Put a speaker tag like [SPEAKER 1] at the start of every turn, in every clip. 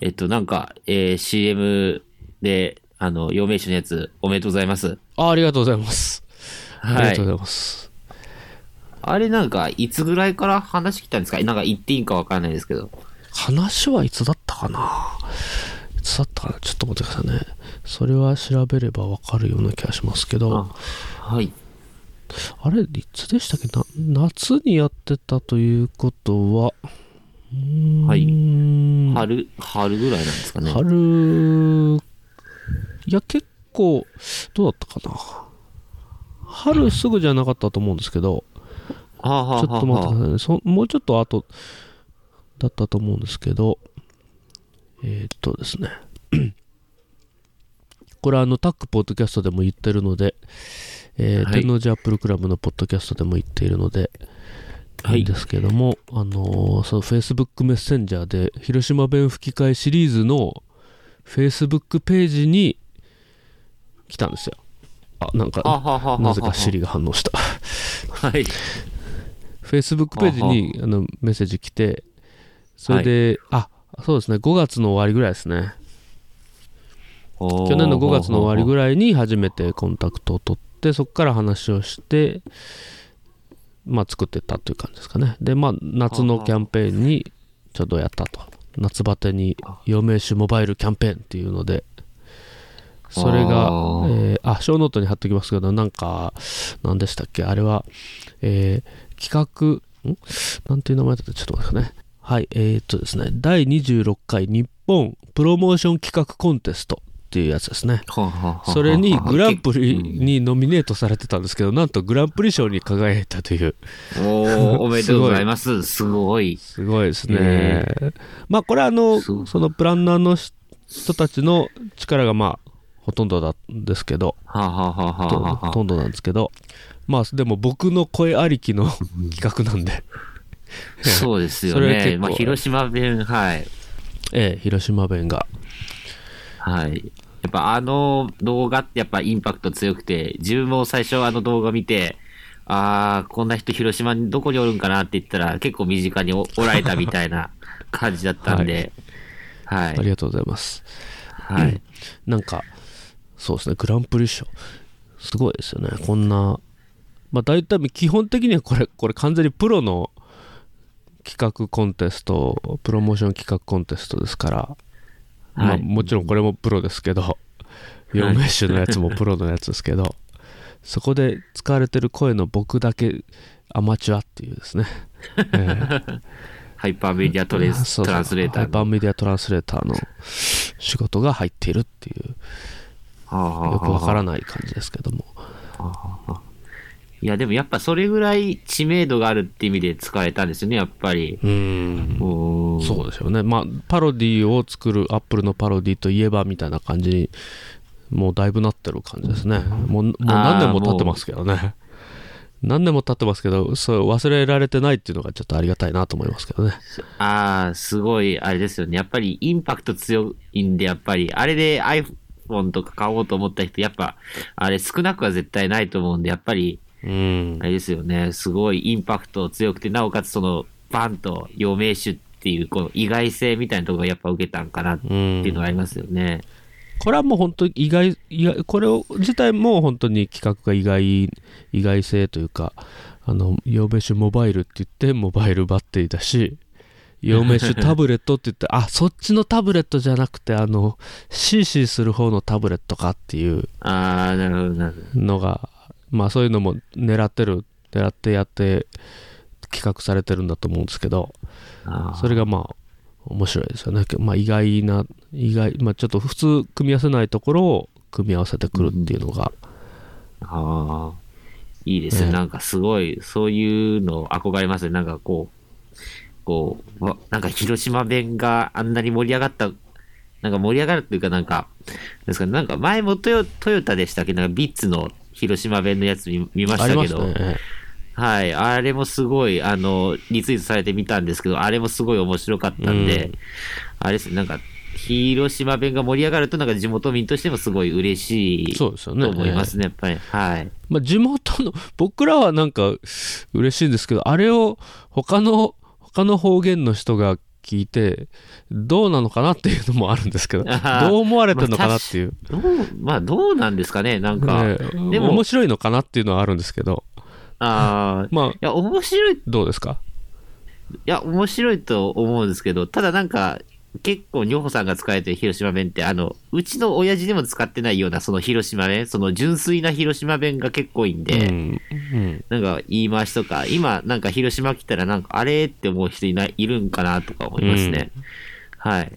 [SPEAKER 1] えっと、なんか、えー CM で、あの、陽明酒のやつ、おめでとうございます。
[SPEAKER 2] あありがとうございます。あり
[SPEAKER 1] は
[SPEAKER 2] が
[SPEAKER 1] い
[SPEAKER 2] とう。ございます。
[SPEAKER 1] あれなんか、いつぐらいから話来たんですかなんか言っていいんかわかんないですけど。
[SPEAKER 2] 話はいつだったかないつだったかなちょっと待ってくださいね。それは調べればわかるような気がしますけど。
[SPEAKER 1] あはい。
[SPEAKER 2] あれ、いつでしたっけな夏にやってたということは、うーん
[SPEAKER 1] はい春、春ぐらいなんですかね。
[SPEAKER 2] 春、いや、結構、どうだったかな。春すぐじゃなかったと思うんですけど、
[SPEAKER 1] はあ、はあ
[SPEAKER 2] ちょ
[SPEAKER 1] は
[SPEAKER 2] っと待って
[SPEAKER 1] あ
[SPEAKER 2] くだ
[SPEAKER 1] は
[SPEAKER 2] さいねそ。もうちょっと後だったと思うんですけど、えーっとですね。 これあのタックポッドキャストでも言ってるので、えー
[SPEAKER 1] はい
[SPEAKER 2] 天王寺アップルクラブのポッドキャストでも言っているので、
[SPEAKER 1] はい
[SPEAKER 2] なんですけども、あのーその Facebook メッセンジャーで広島弁吹き替えシリーズの Facebook ページに来たんですよ。あ、なん
[SPEAKER 1] あ。
[SPEAKER 2] か、
[SPEAKER 1] はあはあはあはあ
[SPEAKER 2] なぜか Siri が反応した。
[SPEAKER 1] はい。
[SPEAKER 2] Facebook ページにあのメッセージ来て、それで、あそうですね、5月の終わりぐらいですね、 去
[SPEAKER 1] 去
[SPEAKER 2] 年の5月の終わりぐ
[SPEAKER 1] らい。
[SPEAKER 2] らいに初めてコンタクトを取って、そこから話をして、まあ、作ってったという感じですかね。で、まあ、夏のキャンペーンにちょうどやったと。夏バテに余命酒モバイルキャンペーンっていうので、それが、
[SPEAKER 1] あー
[SPEAKER 2] えーあ、ショーノートに貼っておきますけど、なんか、何でしたっけ、あれは、えー企画、んなんていう名前だったちょっと待ってくださいね。はい、えー、っとですね、第26回日本プロモーション企画コンテストっていうやつですね。
[SPEAKER 1] はあはあはあはあ
[SPEAKER 2] それにグランプリ
[SPEAKER 1] うん
[SPEAKER 2] にノミネートされてたんですけど、なんとグランプリ賞に輝いたという、
[SPEAKER 1] おーおめでとうございます。すごい。
[SPEAKER 2] すごいですね
[SPEAKER 1] ね。
[SPEAKER 2] まあ、これはあの、
[SPEAKER 1] そう
[SPEAKER 2] そのプランナーの人たちの力がまあ、ほとんどなんですけど、
[SPEAKER 1] はあはあはあは
[SPEAKER 2] と
[SPEAKER 1] あはあ
[SPEAKER 2] ほとんどなんですけど、まあ、でも僕の声ありきの企画なんで、
[SPEAKER 1] そうですよ
[SPEAKER 2] それは結
[SPEAKER 1] ね。
[SPEAKER 2] 構
[SPEAKER 1] まあ、広島弁、はい。
[SPEAKER 2] ええ、広島弁が。
[SPEAKER 1] はい。やっぱあの動画ってやっぱインパクト強くて、自分も最初あの動画見て、ああ、こんな人広島にどこにおるんかなって言ったら結構身近におおられたみたい な感じだったんで、は
[SPEAKER 2] あ
[SPEAKER 1] い。
[SPEAKER 2] りがとうございます。
[SPEAKER 1] はい。
[SPEAKER 2] なんか、そうですね、グランプリ賞。すごいですよね。こんな、まあ大体、基本的にはこれ、これ完全にプロの企画コンテスト、プロモーション企画コンテストですから、ま
[SPEAKER 1] は
[SPEAKER 2] あ
[SPEAKER 1] い。
[SPEAKER 2] もちろんこれもプロですけど、4名手のやつもプロのやつですけど、そこで使われてる声の僕だけアマチュアっていう ですね。ええ
[SPEAKER 1] ハイパーメディアトレース
[SPEAKER 2] そうそう
[SPEAKER 1] トランスレータ
[SPEAKER 2] ハイ
[SPEAKER 1] ーの。
[SPEAKER 2] パーメディアトランスレーターの仕事が入っているっていう、よ
[SPEAKER 1] よ
[SPEAKER 2] くわからない感じですけども。
[SPEAKER 1] いや、でもやっぱそれぐらい知名度があるって意味で使えたんですよね、やっぱり。
[SPEAKER 2] うーん。
[SPEAKER 1] おー
[SPEAKER 2] そうでしょうね。まあ、パロディを作る、アップルのパロディといえばみたいな感じに、もうだいぶなってる感じですね。もうもう何年も経ってますけどね。何年も経ってますけど、そう忘れられてないっていうのがちょっとありがたいなと思いますけどね。
[SPEAKER 1] ああ、すごい、あれですよね。やっぱりインパクト強いんで、やっぱり、あれで iPhone とか買おうと思った人、やっぱ、あれ少なくは絶対ないと思うんで、やっぱり、
[SPEAKER 2] うん
[SPEAKER 1] あ。れですよね。すごいインパクト強くて、なおかつその、バンと余命酒っていう、この意外性みたいなところがやっぱ受けたんかなっていうのがありますよね。
[SPEAKER 2] これはもう本当に意外意外これを自体も本当に企画が意外意外性というかあの陽明酒モバイルって言ってモバイルバッテリーだし陽明酒タブレットって言ってあそっちのタブレットじゃなくてあの CC する方のタブレットかっていう
[SPEAKER 1] ああ、なるほど、なるほど。
[SPEAKER 2] のがまあそういうのも狙ってる狙ってやって企画されてるんだと思うんですけど
[SPEAKER 1] あー
[SPEAKER 2] それがまあ面白いですよね、まあ、意外な意外、まあ、ちょっと普通組み合わせないところを組み合わせてくるっていうのが、
[SPEAKER 1] ああ、いいですね。
[SPEAKER 2] ね
[SPEAKER 1] なんかすごい、そういうの憧れますね。なんかこう、こう、わなんか広島弁があんなに盛り上がった、なんか盛り上がるっていうかなんか、なんですかねなんか前もトヨトヨタでしたっけなんかビッツの広島弁のやつ見見まし
[SPEAKER 2] あり
[SPEAKER 1] た
[SPEAKER 2] ま
[SPEAKER 1] け
[SPEAKER 2] す
[SPEAKER 1] ど、
[SPEAKER 2] ね
[SPEAKER 1] はい、あれもすごい、あの、リツイートされてみたんですけど、あれもすごい面白かったんで、
[SPEAKER 2] う
[SPEAKER 1] あれですね、なんか、広島弁が盛り上がると、なんか地元民としてもすごい嬉しい
[SPEAKER 2] そう
[SPEAKER 1] と
[SPEAKER 2] ですよね
[SPEAKER 1] 思いますね、やっぱり。はい。
[SPEAKER 2] まあ、地元の僕らはなんか嬉しいんですけどあれを他の他の方言の人が聞いてどうなのかなっていうのもあるんですけどど
[SPEAKER 1] あー
[SPEAKER 2] う思われてるのかなっていう、
[SPEAKER 1] どう、まあどうなんですかね、なんか。
[SPEAKER 2] ね
[SPEAKER 1] でも
[SPEAKER 2] 面白いのかなっていうのはあるんですけど
[SPEAKER 1] ああ、い
[SPEAKER 2] まあ
[SPEAKER 1] や、面白い、い
[SPEAKER 2] どうですか
[SPEAKER 1] や、面白いと思うんですけど、ただなんか、結構、女房さんが使えてる広島弁って、あの、うちの親父でも使ってないような、その広島弁、その純粋な広島弁が結構いいんで、
[SPEAKER 2] うんうん
[SPEAKER 1] なんか言い回しとか、今、なんか広島来たら、なんか、あれって思う人いない、いるんかなとか思いますね。はい。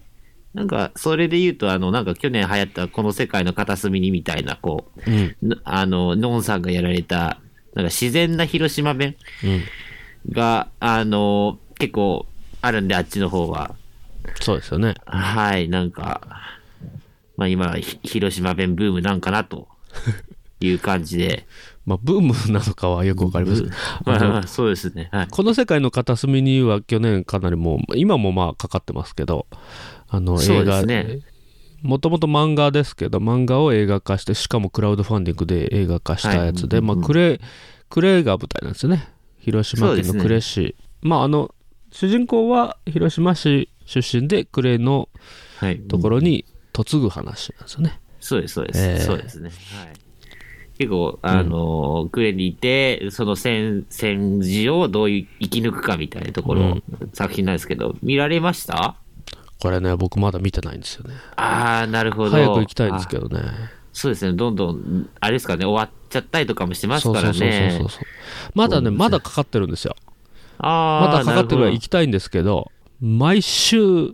[SPEAKER 1] なんか、それで言うと、あの、なんか去年流行った、この世界の片隅にみたいな、こう、
[SPEAKER 2] うん
[SPEAKER 1] のあの、のんさんがやられた、なんか自然な広島弁
[SPEAKER 2] うん
[SPEAKER 1] が、あの、結構あるんで、あっちの方は。
[SPEAKER 2] そうですよね
[SPEAKER 1] はい、なんか、まあ今、ひ広島弁ブームなんかなという感じで。
[SPEAKER 2] まあブームなのかはよくわかります
[SPEAKER 1] ブ
[SPEAKER 2] あの
[SPEAKER 1] まあそうですね。はい。
[SPEAKER 2] この世界の片隅には去年かなりもう今もまあかかってますけどあの
[SPEAKER 1] そ
[SPEAKER 2] 映
[SPEAKER 1] うで
[SPEAKER 2] 画
[SPEAKER 1] すね
[SPEAKER 2] もともと漫画ですけど漫画を映画化してしかもクラウドファンディングで映画化したやつで、
[SPEAKER 1] はい
[SPEAKER 2] まあ、クレクレイが舞台なんですよね広島県
[SPEAKER 1] そうです
[SPEAKER 2] の
[SPEAKER 1] ね
[SPEAKER 2] 呉市、まああの主人公は広島市出身で呉の
[SPEAKER 1] はい。
[SPEAKER 2] ところに嫁ぐ話なんですよね、
[SPEAKER 1] そうです、そうです、
[SPEAKER 2] えー
[SPEAKER 1] そうですね。はい。結構、あのー、クレにいて、その戦、戦時をどうい生き抜くかみたいなところ、作品なんですけど、見られました
[SPEAKER 2] これね僕まだ見てないんですよね
[SPEAKER 1] ああ、なるほど。
[SPEAKER 2] 早く行きたいんですけ
[SPEAKER 1] ど。
[SPEAKER 2] どね
[SPEAKER 1] そうですね、どんどん、あれですかね、終わっちゃったりとかもしてますからね。
[SPEAKER 2] そうそうそうそうそうまだねまだかかってるんですよ
[SPEAKER 1] あ
[SPEAKER 2] ま
[SPEAKER 1] あ、
[SPEAKER 2] だかかってる
[SPEAKER 1] な
[SPEAKER 2] は
[SPEAKER 1] ほ
[SPEAKER 2] 行
[SPEAKER 1] ど
[SPEAKER 2] きたいんですけど、毎週、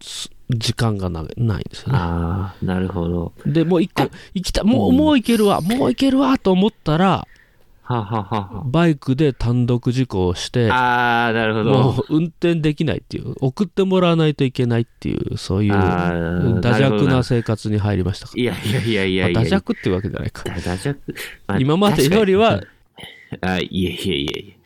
[SPEAKER 2] す時間がなないんですよね。
[SPEAKER 1] ああ、なるほど。
[SPEAKER 2] で、もう一個、行きたい、もう、もう行けるわ、もう行けるわと思ったら、
[SPEAKER 1] ははは
[SPEAKER 2] バイクで単独事故をして、
[SPEAKER 1] ああー、なるほど。
[SPEAKER 2] もう運転できないっていう、送ってもらわないといけないっていう、そういう、
[SPEAKER 1] あー
[SPEAKER 2] 打
[SPEAKER 1] なるほ
[SPEAKER 2] 弱
[SPEAKER 1] ど
[SPEAKER 2] な
[SPEAKER 1] な
[SPEAKER 2] 生活に入りましたか
[SPEAKER 1] いやいやいやい
[SPEAKER 2] ら。
[SPEAKER 1] やいや。
[SPEAKER 2] まあ、打弱っていうわけじゃないか。
[SPEAKER 1] だダジャクまあ
[SPEAKER 2] 今までよりは、
[SPEAKER 1] 確かにあ、いえいえいえいえ。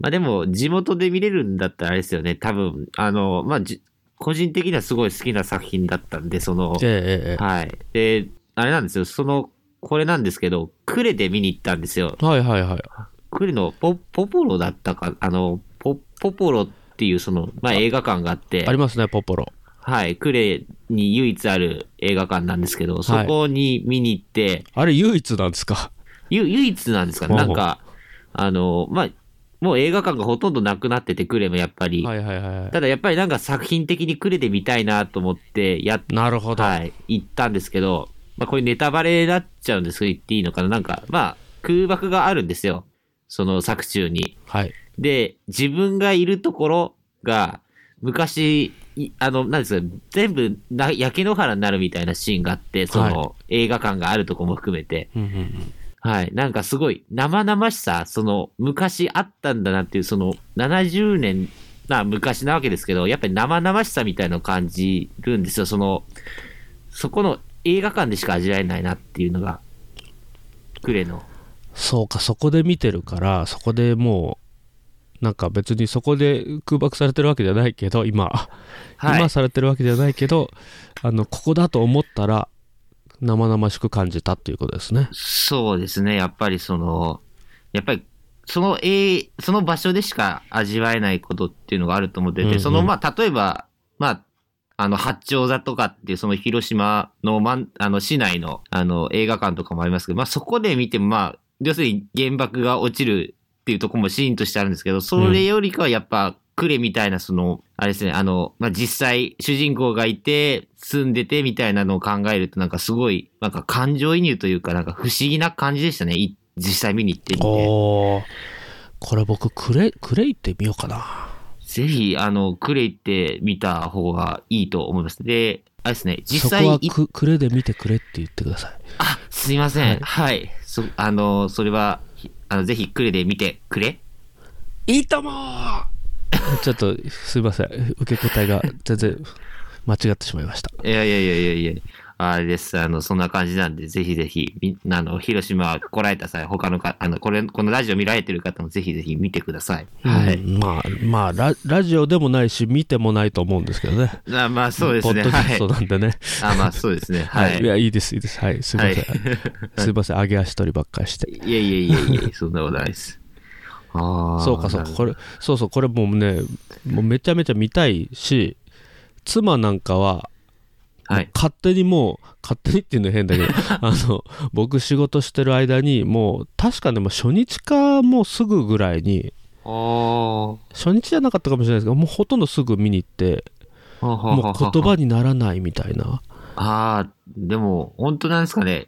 [SPEAKER 1] まあでも、地元で見れるんだったらあれですよね。多分、あの、まあじ、個人的にはすごい好きな作品だったんで、その、
[SPEAKER 2] えええ
[SPEAKER 1] はい。で、あれなんですよ。その、これなんですけど、クレで見に行ったんですよ。
[SPEAKER 2] えはいはいはい。
[SPEAKER 1] クレのポ、ポポロだったか、あの、ポ、ポポロっていうその、まあ映画館があって
[SPEAKER 2] あ、りますね、ポポロ。
[SPEAKER 1] はい。クレに唯一ある映画館なんですけど、そこに見に行って、
[SPEAKER 2] あれ唯一なんですか。
[SPEAKER 1] ゆ唯一なんですかね。
[SPEAKER 2] ほう
[SPEAKER 1] な
[SPEAKER 2] ほ
[SPEAKER 1] ん
[SPEAKER 2] う
[SPEAKER 1] か、あの、まあ、もう映画館がほとんどなくなってて、クレもやっぱり。
[SPEAKER 2] はいはいはいは
[SPEAKER 1] ただやっぱりなんか作品的にクレで見たいなと思って、やっ
[SPEAKER 2] い。なるほど。
[SPEAKER 1] はい、行ったんですけど、まあ、これネタバレになっちゃうんですけど、言っていいのかななんか、まあ、空爆があるんですよ。その作中に。
[SPEAKER 2] はい。
[SPEAKER 1] で、自分がいるところが、昔、いあの、なんですか、全部な、焼け野原になるみたいなシーンがあって、その、映画館があるとこも含めて。
[SPEAKER 2] うんうんうん
[SPEAKER 1] はい。なんかすごい生々しさ、その昔あったんだなっていう、その70年な昔なわけですけど、やっぱり生々しさみたいのを感じるんですよ。その、そこの映画館でしか味わえないなっていうのが、クレの。
[SPEAKER 2] そうかそこで見てるからそこでもうなんか別にそこで空爆されてるわけじゃないけど今、
[SPEAKER 1] はい
[SPEAKER 2] 今。されてるわけじゃないけどあのここだと思ったら生々しく感じたっていうことですね
[SPEAKER 1] そうですね。やっぱりその、やっぱりその、えーその場所でしか味わえないことっていうのがあると思ってて、
[SPEAKER 2] うんうん
[SPEAKER 1] その、まあ、例えば、まあ、あの、八丁座とかっていう、その広島の、まん、あの、市内の、あの、映画館とかもありますけど、まあ、そこで見ても、まあ、要するに原爆が落ちるっていうところもシーンとしてあるんですけど、それよりかはやっぱ、クレみたいな、その、あれですね、あの、まあ、実際、主人公がいて、住んでてみたいなのを考えると、なんかすごい、なんか感情移入というか、なんか不思議な感じでしたね。い実際見に行ってみて。
[SPEAKER 2] おーこれ僕クレクレイってみようかな
[SPEAKER 1] ぜひ、あの、クレ行って見た方がいいと思います。で、あれですね、実際
[SPEAKER 2] そこはいククレで見てくれって言ってください
[SPEAKER 1] あ、すいません。はい。そあの、それは、ひあの、ぜひ、クレで見てくれ。
[SPEAKER 2] いいとも ちょっとすいません受け答えが全然間違ってしまいました
[SPEAKER 1] いやいやいやいやいや。あれです。あの、そんな感じなんで、ぜひぜひ、みあの、広島来られた際、他のか、あの、これ、このラジオ見られてる方もぜひぜひ見てください。はい。
[SPEAKER 2] うんまあまあララジオでもないし見てもないと思うんですけどね
[SPEAKER 1] あまあ、そうですね。
[SPEAKER 2] ポッドキャ
[SPEAKER 1] は
[SPEAKER 2] ス
[SPEAKER 1] い
[SPEAKER 2] ト。 なんでね。
[SPEAKER 1] あまあ、そうですね。
[SPEAKER 2] は。
[SPEAKER 1] はいい。
[SPEAKER 2] い
[SPEAKER 1] いや
[SPEAKER 2] や、いいです、いいです。はい。すいません。
[SPEAKER 1] は
[SPEAKER 2] すいません。上げ足取りばっかりして。
[SPEAKER 1] いやいやいや、そんなことないです。ああ。
[SPEAKER 2] そうかそうかこれそうそうこれもうねもうめちゃめちゃ見たいし妻なんかは
[SPEAKER 1] はい。
[SPEAKER 2] 勝手にもう勝手にっていうのは変だけ どあの僕仕事してる間にもう確かねもう初日かもうすぐぐらいに
[SPEAKER 1] ああ。は
[SPEAKER 2] 初日じゃなかったかもしれないですけどもうほとんどすぐ見に行って
[SPEAKER 1] あはあ
[SPEAKER 2] も
[SPEAKER 1] は
[SPEAKER 2] う
[SPEAKER 1] あ
[SPEAKER 2] 言葉にならないみたいな
[SPEAKER 1] ああ、でも、本当なんですかね。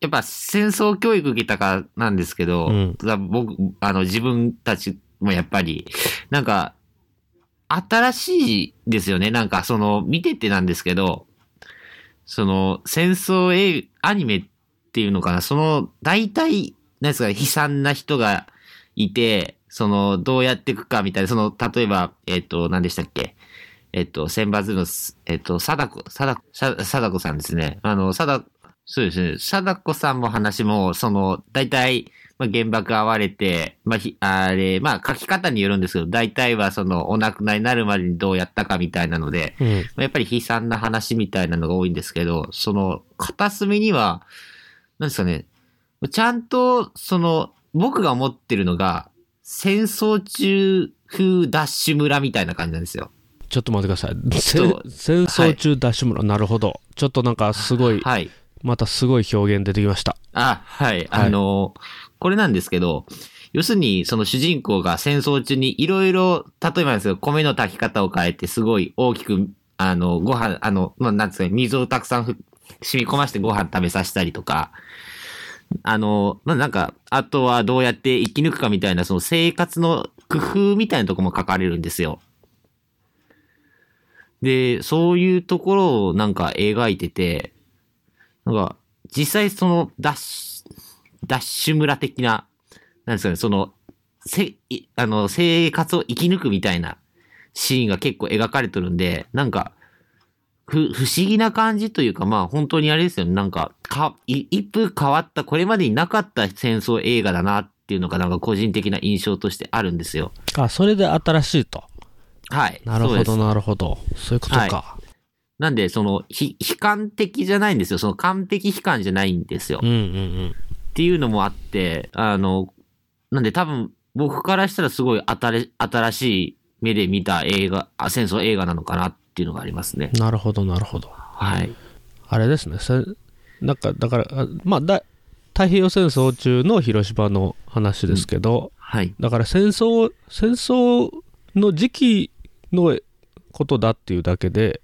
[SPEAKER 1] やっぱ戦争教育受けたからなんですけど、
[SPEAKER 2] うん
[SPEAKER 1] ただ僕、あの、自分たちもやっぱり、なんか、新しいですよね。なんか、その、見ててなんですけど、その、戦争映アニメっていうのかな、その、大体、なんですかね、悲惨な人がいて、その、どうやっていくかみたいな、その、例えば、えっ、と、何でしたっけえっと、千羽鶴のす、えっと、貞子、貞子、貞貞子さんですね。あの、貞、そうですね。貞子さんも話も、その、大体、まあ、原爆あわれて、まあ、ひあれ、まあ、書き方によるんですけど、大体はその、お亡くなりになるまでにどうやったかみたいなので、
[SPEAKER 2] うん
[SPEAKER 1] まあやっぱり悲惨な話みたいなのが多いんですけど、その片隅には、なんですかね、ちゃんと、その、僕が思ってるのが、戦争中風ダッシュ村みたいな感じなんですよ。
[SPEAKER 2] ちょっと待ってくださいせ
[SPEAKER 1] ちょっと
[SPEAKER 2] 戦争中ダッシュ村、なるほどちょっとなんかすごい
[SPEAKER 1] はい。
[SPEAKER 2] またすごい表現出てきました
[SPEAKER 1] あ、はい。あの、これなんですけど、要するに、その主人公が戦争中にいろいろ、例えばですけど、米の炊き方を変えて、すごい大きく、あの、ご飯、あの、まあ、なんですかね、水をたくさんふ染み込ませてご飯食べさせたりとか、あの、まあ、なんか、あとはどうやって生き抜くかみたいな、その生活の工夫みたいなとこも書かれるんですよ。で、そういうところをなんか描いてて、なんか、実際そのダッシュ、ダッシュ村的な、なんですかね、その、せ、いあの、生活を生き抜くみたいなシーンが結構描かれてるんで、なんか、ふ、不思議な感じというか、まあ本当にあれですよね、なんか、か、い一風変わった、これまでになかった戦争映画だなっていうのがなんか個人的な印象としてあるんですよ。
[SPEAKER 2] あそれで新しいと
[SPEAKER 1] はい。
[SPEAKER 2] なる
[SPEAKER 1] そう
[SPEAKER 2] ほ
[SPEAKER 1] です
[SPEAKER 2] どなるほどそういうこと
[SPEAKER 1] はい
[SPEAKER 2] か、
[SPEAKER 1] なんで、その、ひ、悲観的じゃないんですよ。その完璧悲観じゃないんですよ。
[SPEAKER 2] うんうん
[SPEAKER 1] っていうのもあって、あの、なんで多分僕からしたらすごい新新しい目で見た映画、あ戦争映画なのかなっていうのがありますね
[SPEAKER 2] うん。なるほどなるほど
[SPEAKER 1] はい。
[SPEAKER 2] あれですねせなんかだからあまあだ太平洋戦争中の広島の話ですけど、
[SPEAKER 1] はい。
[SPEAKER 2] だから戦争戦争の時期のことだっていうだけで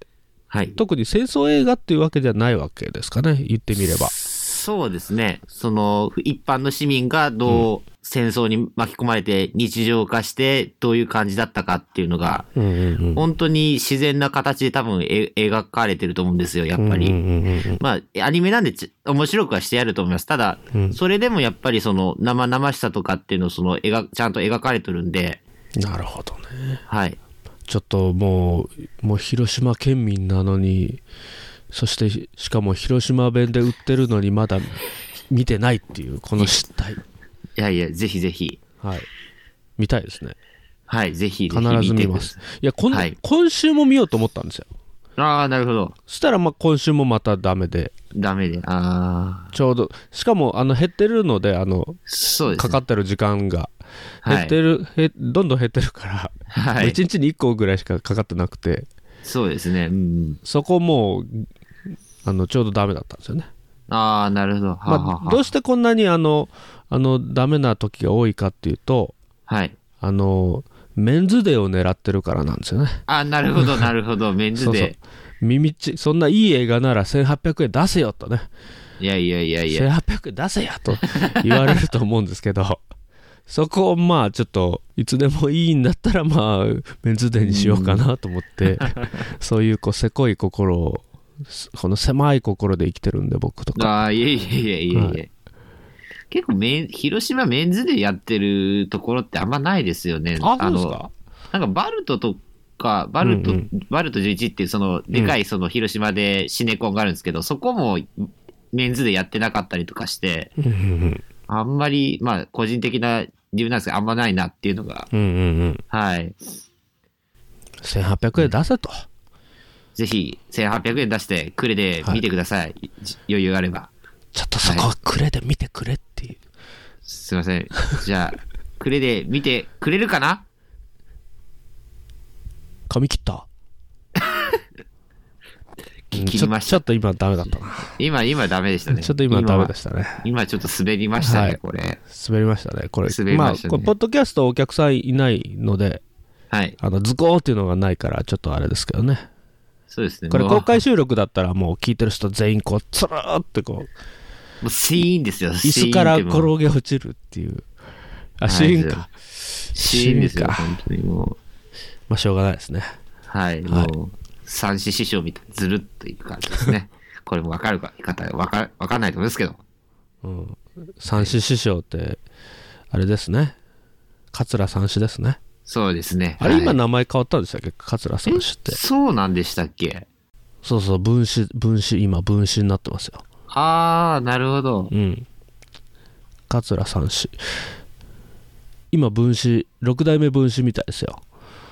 [SPEAKER 1] はい。
[SPEAKER 2] 特に戦争映画っていうわけじゃないわけですかね言ってみれば
[SPEAKER 1] そうですね。その、一般の市民がどう戦争に巻き込まれて日常化してどういう感じだったかっていうのが、
[SPEAKER 2] うんうん
[SPEAKER 1] 本当に自然な形で多分え描かれてると思うんですよ、やっぱり。
[SPEAKER 2] うんうんうんうん
[SPEAKER 1] まあ、アニメなんでち面白くはしてやると思います。ただ、
[SPEAKER 2] うん
[SPEAKER 1] それでもやっぱりその生々しさとかっていうのをその描ちゃんと描かれてるんで、
[SPEAKER 2] なるほどね
[SPEAKER 1] はい。
[SPEAKER 2] ちょっともうもう広島県民なのにそしてししかも広島弁で売ってるのにまだ見てないっていうこの失態
[SPEAKER 1] いやいや、ぜひぜひ。
[SPEAKER 2] はい見たいですね
[SPEAKER 1] はい、ぜひぜ
[SPEAKER 2] 必
[SPEAKER 1] ひ
[SPEAKER 2] ず見
[SPEAKER 1] てくだ
[SPEAKER 2] ますいや今,、
[SPEAKER 1] はい
[SPEAKER 2] 今週も見ようと思ったんですよ
[SPEAKER 1] ああ、なるほど。
[SPEAKER 2] そしたらまあ今週もまたダメで
[SPEAKER 1] ダメで。ああ、
[SPEAKER 2] ちょうどしかもあの減ってるのであの
[SPEAKER 1] そうです
[SPEAKER 2] か
[SPEAKER 1] ね。
[SPEAKER 2] かってる時間が
[SPEAKER 1] はい
[SPEAKER 2] 減ってる、へどんどん減ってるから、
[SPEAKER 1] は
[SPEAKER 2] 一
[SPEAKER 1] い。
[SPEAKER 2] 1日に1個ぐらいしかかかってなくて
[SPEAKER 1] そうですね。うん。
[SPEAKER 2] そこもうあのちょうどダメだったんですよね
[SPEAKER 1] ああ、なるほど。はあ、はあ
[SPEAKER 2] まあ、
[SPEAKER 1] は
[SPEAKER 2] どうしてこんなにあのあのダメな時が多いかっていうと
[SPEAKER 1] あ、はい。
[SPEAKER 2] あのメンズデーを狙ってるからなんですよね
[SPEAKER 1] ああ、なる ほど、なるほど。メンズ
[SPEAKER 2] そうそう
[SPEAKER 1] で。
[SPEAKER 2] 耳ちそんないい映画なら1800円出せよとね
[SPEAKER 1] いやいやいやいや。
[SPEAKER 2] 1800円出せよと 言われると思うんですけどそこをまあちょっといつでもいいんだったらまあメンズデーにしようかなと思って、 そういうこうせこい心をこの狭い心で生きてるんで僕とか
[SPEAKER 1] ああ、いやいやいやいやいや。
[SPEAKER 2] は
[SPEAKER 1] 結構メン、広島メンズでやってるところってあんまないですよね。
[SPEAKER 2] あそうで
[SPEAKER 1] の
[SPEAKER 2] すか
[SPEAKER 1] なんかバルトとか、バルト、
[SPEAKER 2] うん
[SPEAKER 1] バルト11っていうその、でかいその広島でシネコンがあるんですけど、そこもメンズでやってなかったりとかして、
[SPEAKER 2] うんうん
[SPEAKER 1] あんまり、まあ、個人的な理由なんですけど、あんまないなっていうのが、
[SPEAKER 2] うんうんうんうん
[SPEAKER 1] はい。
[SPEAKER 2] 1800円出せと、
[SPEAKER 1] ぜひ、1800円出して、くれで見てください。じ余裕があれば。
[SPEAKER 2] ちょっとそこはくれで見てくれっていう、
[SPEAKER 1] すいません。じゃあ、くれで見てくれるかな
[SPEAKER 2] 髪切った
[SPEAKER 1] 聞きました
[SPEAKER 2] うんちょちょっと今ダメだったな。
[SPEAKER 1] 今、今ダメでしたね。
[SPEAKER 2] ちょっと今ダメで
[SPEAKER 1] 今
[SPEAKER 2] したね。
[SPEAKER 1] 今ちょっと滑りましたね、
[SPEAKER 2] はい
[SPEAKER 1] これ。
[SPEAKER 2] 滑りましたね。これ、
[SPEAKER 1] 滑り
[SPEAKER 2] ま
[SPEAKER 1] ま
[SPEAKER 2] あ、
[SPEAKER 1] したね
[SPEAKER 2] これポッドキャストお客さんいないので、
[SPEAKER 1] はい。
[SPEAKER 2] あの、ズコーっていうのがないから、ちょっとあれですけどね。
[SPEAKER 1] そうですね。
[SPEAKER 2] これ
[SPEAKER 1] うわ
[SPEAKER 2] 公開収録だったらもう聞いてる人全員こう、つるーってこう、
[SPEAKER 1] もうシーンですよ、
[SPEAKER 2] 椅子から転げ落ちるっていう。あ、シーンか。
[SPEAKER 1] シーンですよ、
[SPEAKER 2] シーンか
[SPEAKER 1] 本当にもう。
[SPEAKER 2] まあ、しょうがないですね。
[SPEAKER 1] はい、
[SPEAKER 2] はい
[SPEAKER 1] もう、三子師匠みたいにずるっといく感じですね。 これもわかるか、言い方、わか、わかんないと思いますけど。
[SPEAKER 2] うん。三子師匠って、あれですね。桂三子ですね。
[SPEAKER 1] そうですね。
[SPEAKER 2] あれ、
[SPEAKER 1] はい
[SPEAKER 2] 今名前変わったんでしたっけ桂三子って。
[SPEAKER 1] そうなんでしたっけ
[SPEAKER 2] そうそう、分子、分子、今、分子になってますよ。
[SPEAKER 1] あー、なるほど。
[SPEAKER 2] うん。桂三子。今、分子、六代目分子みたいですよ。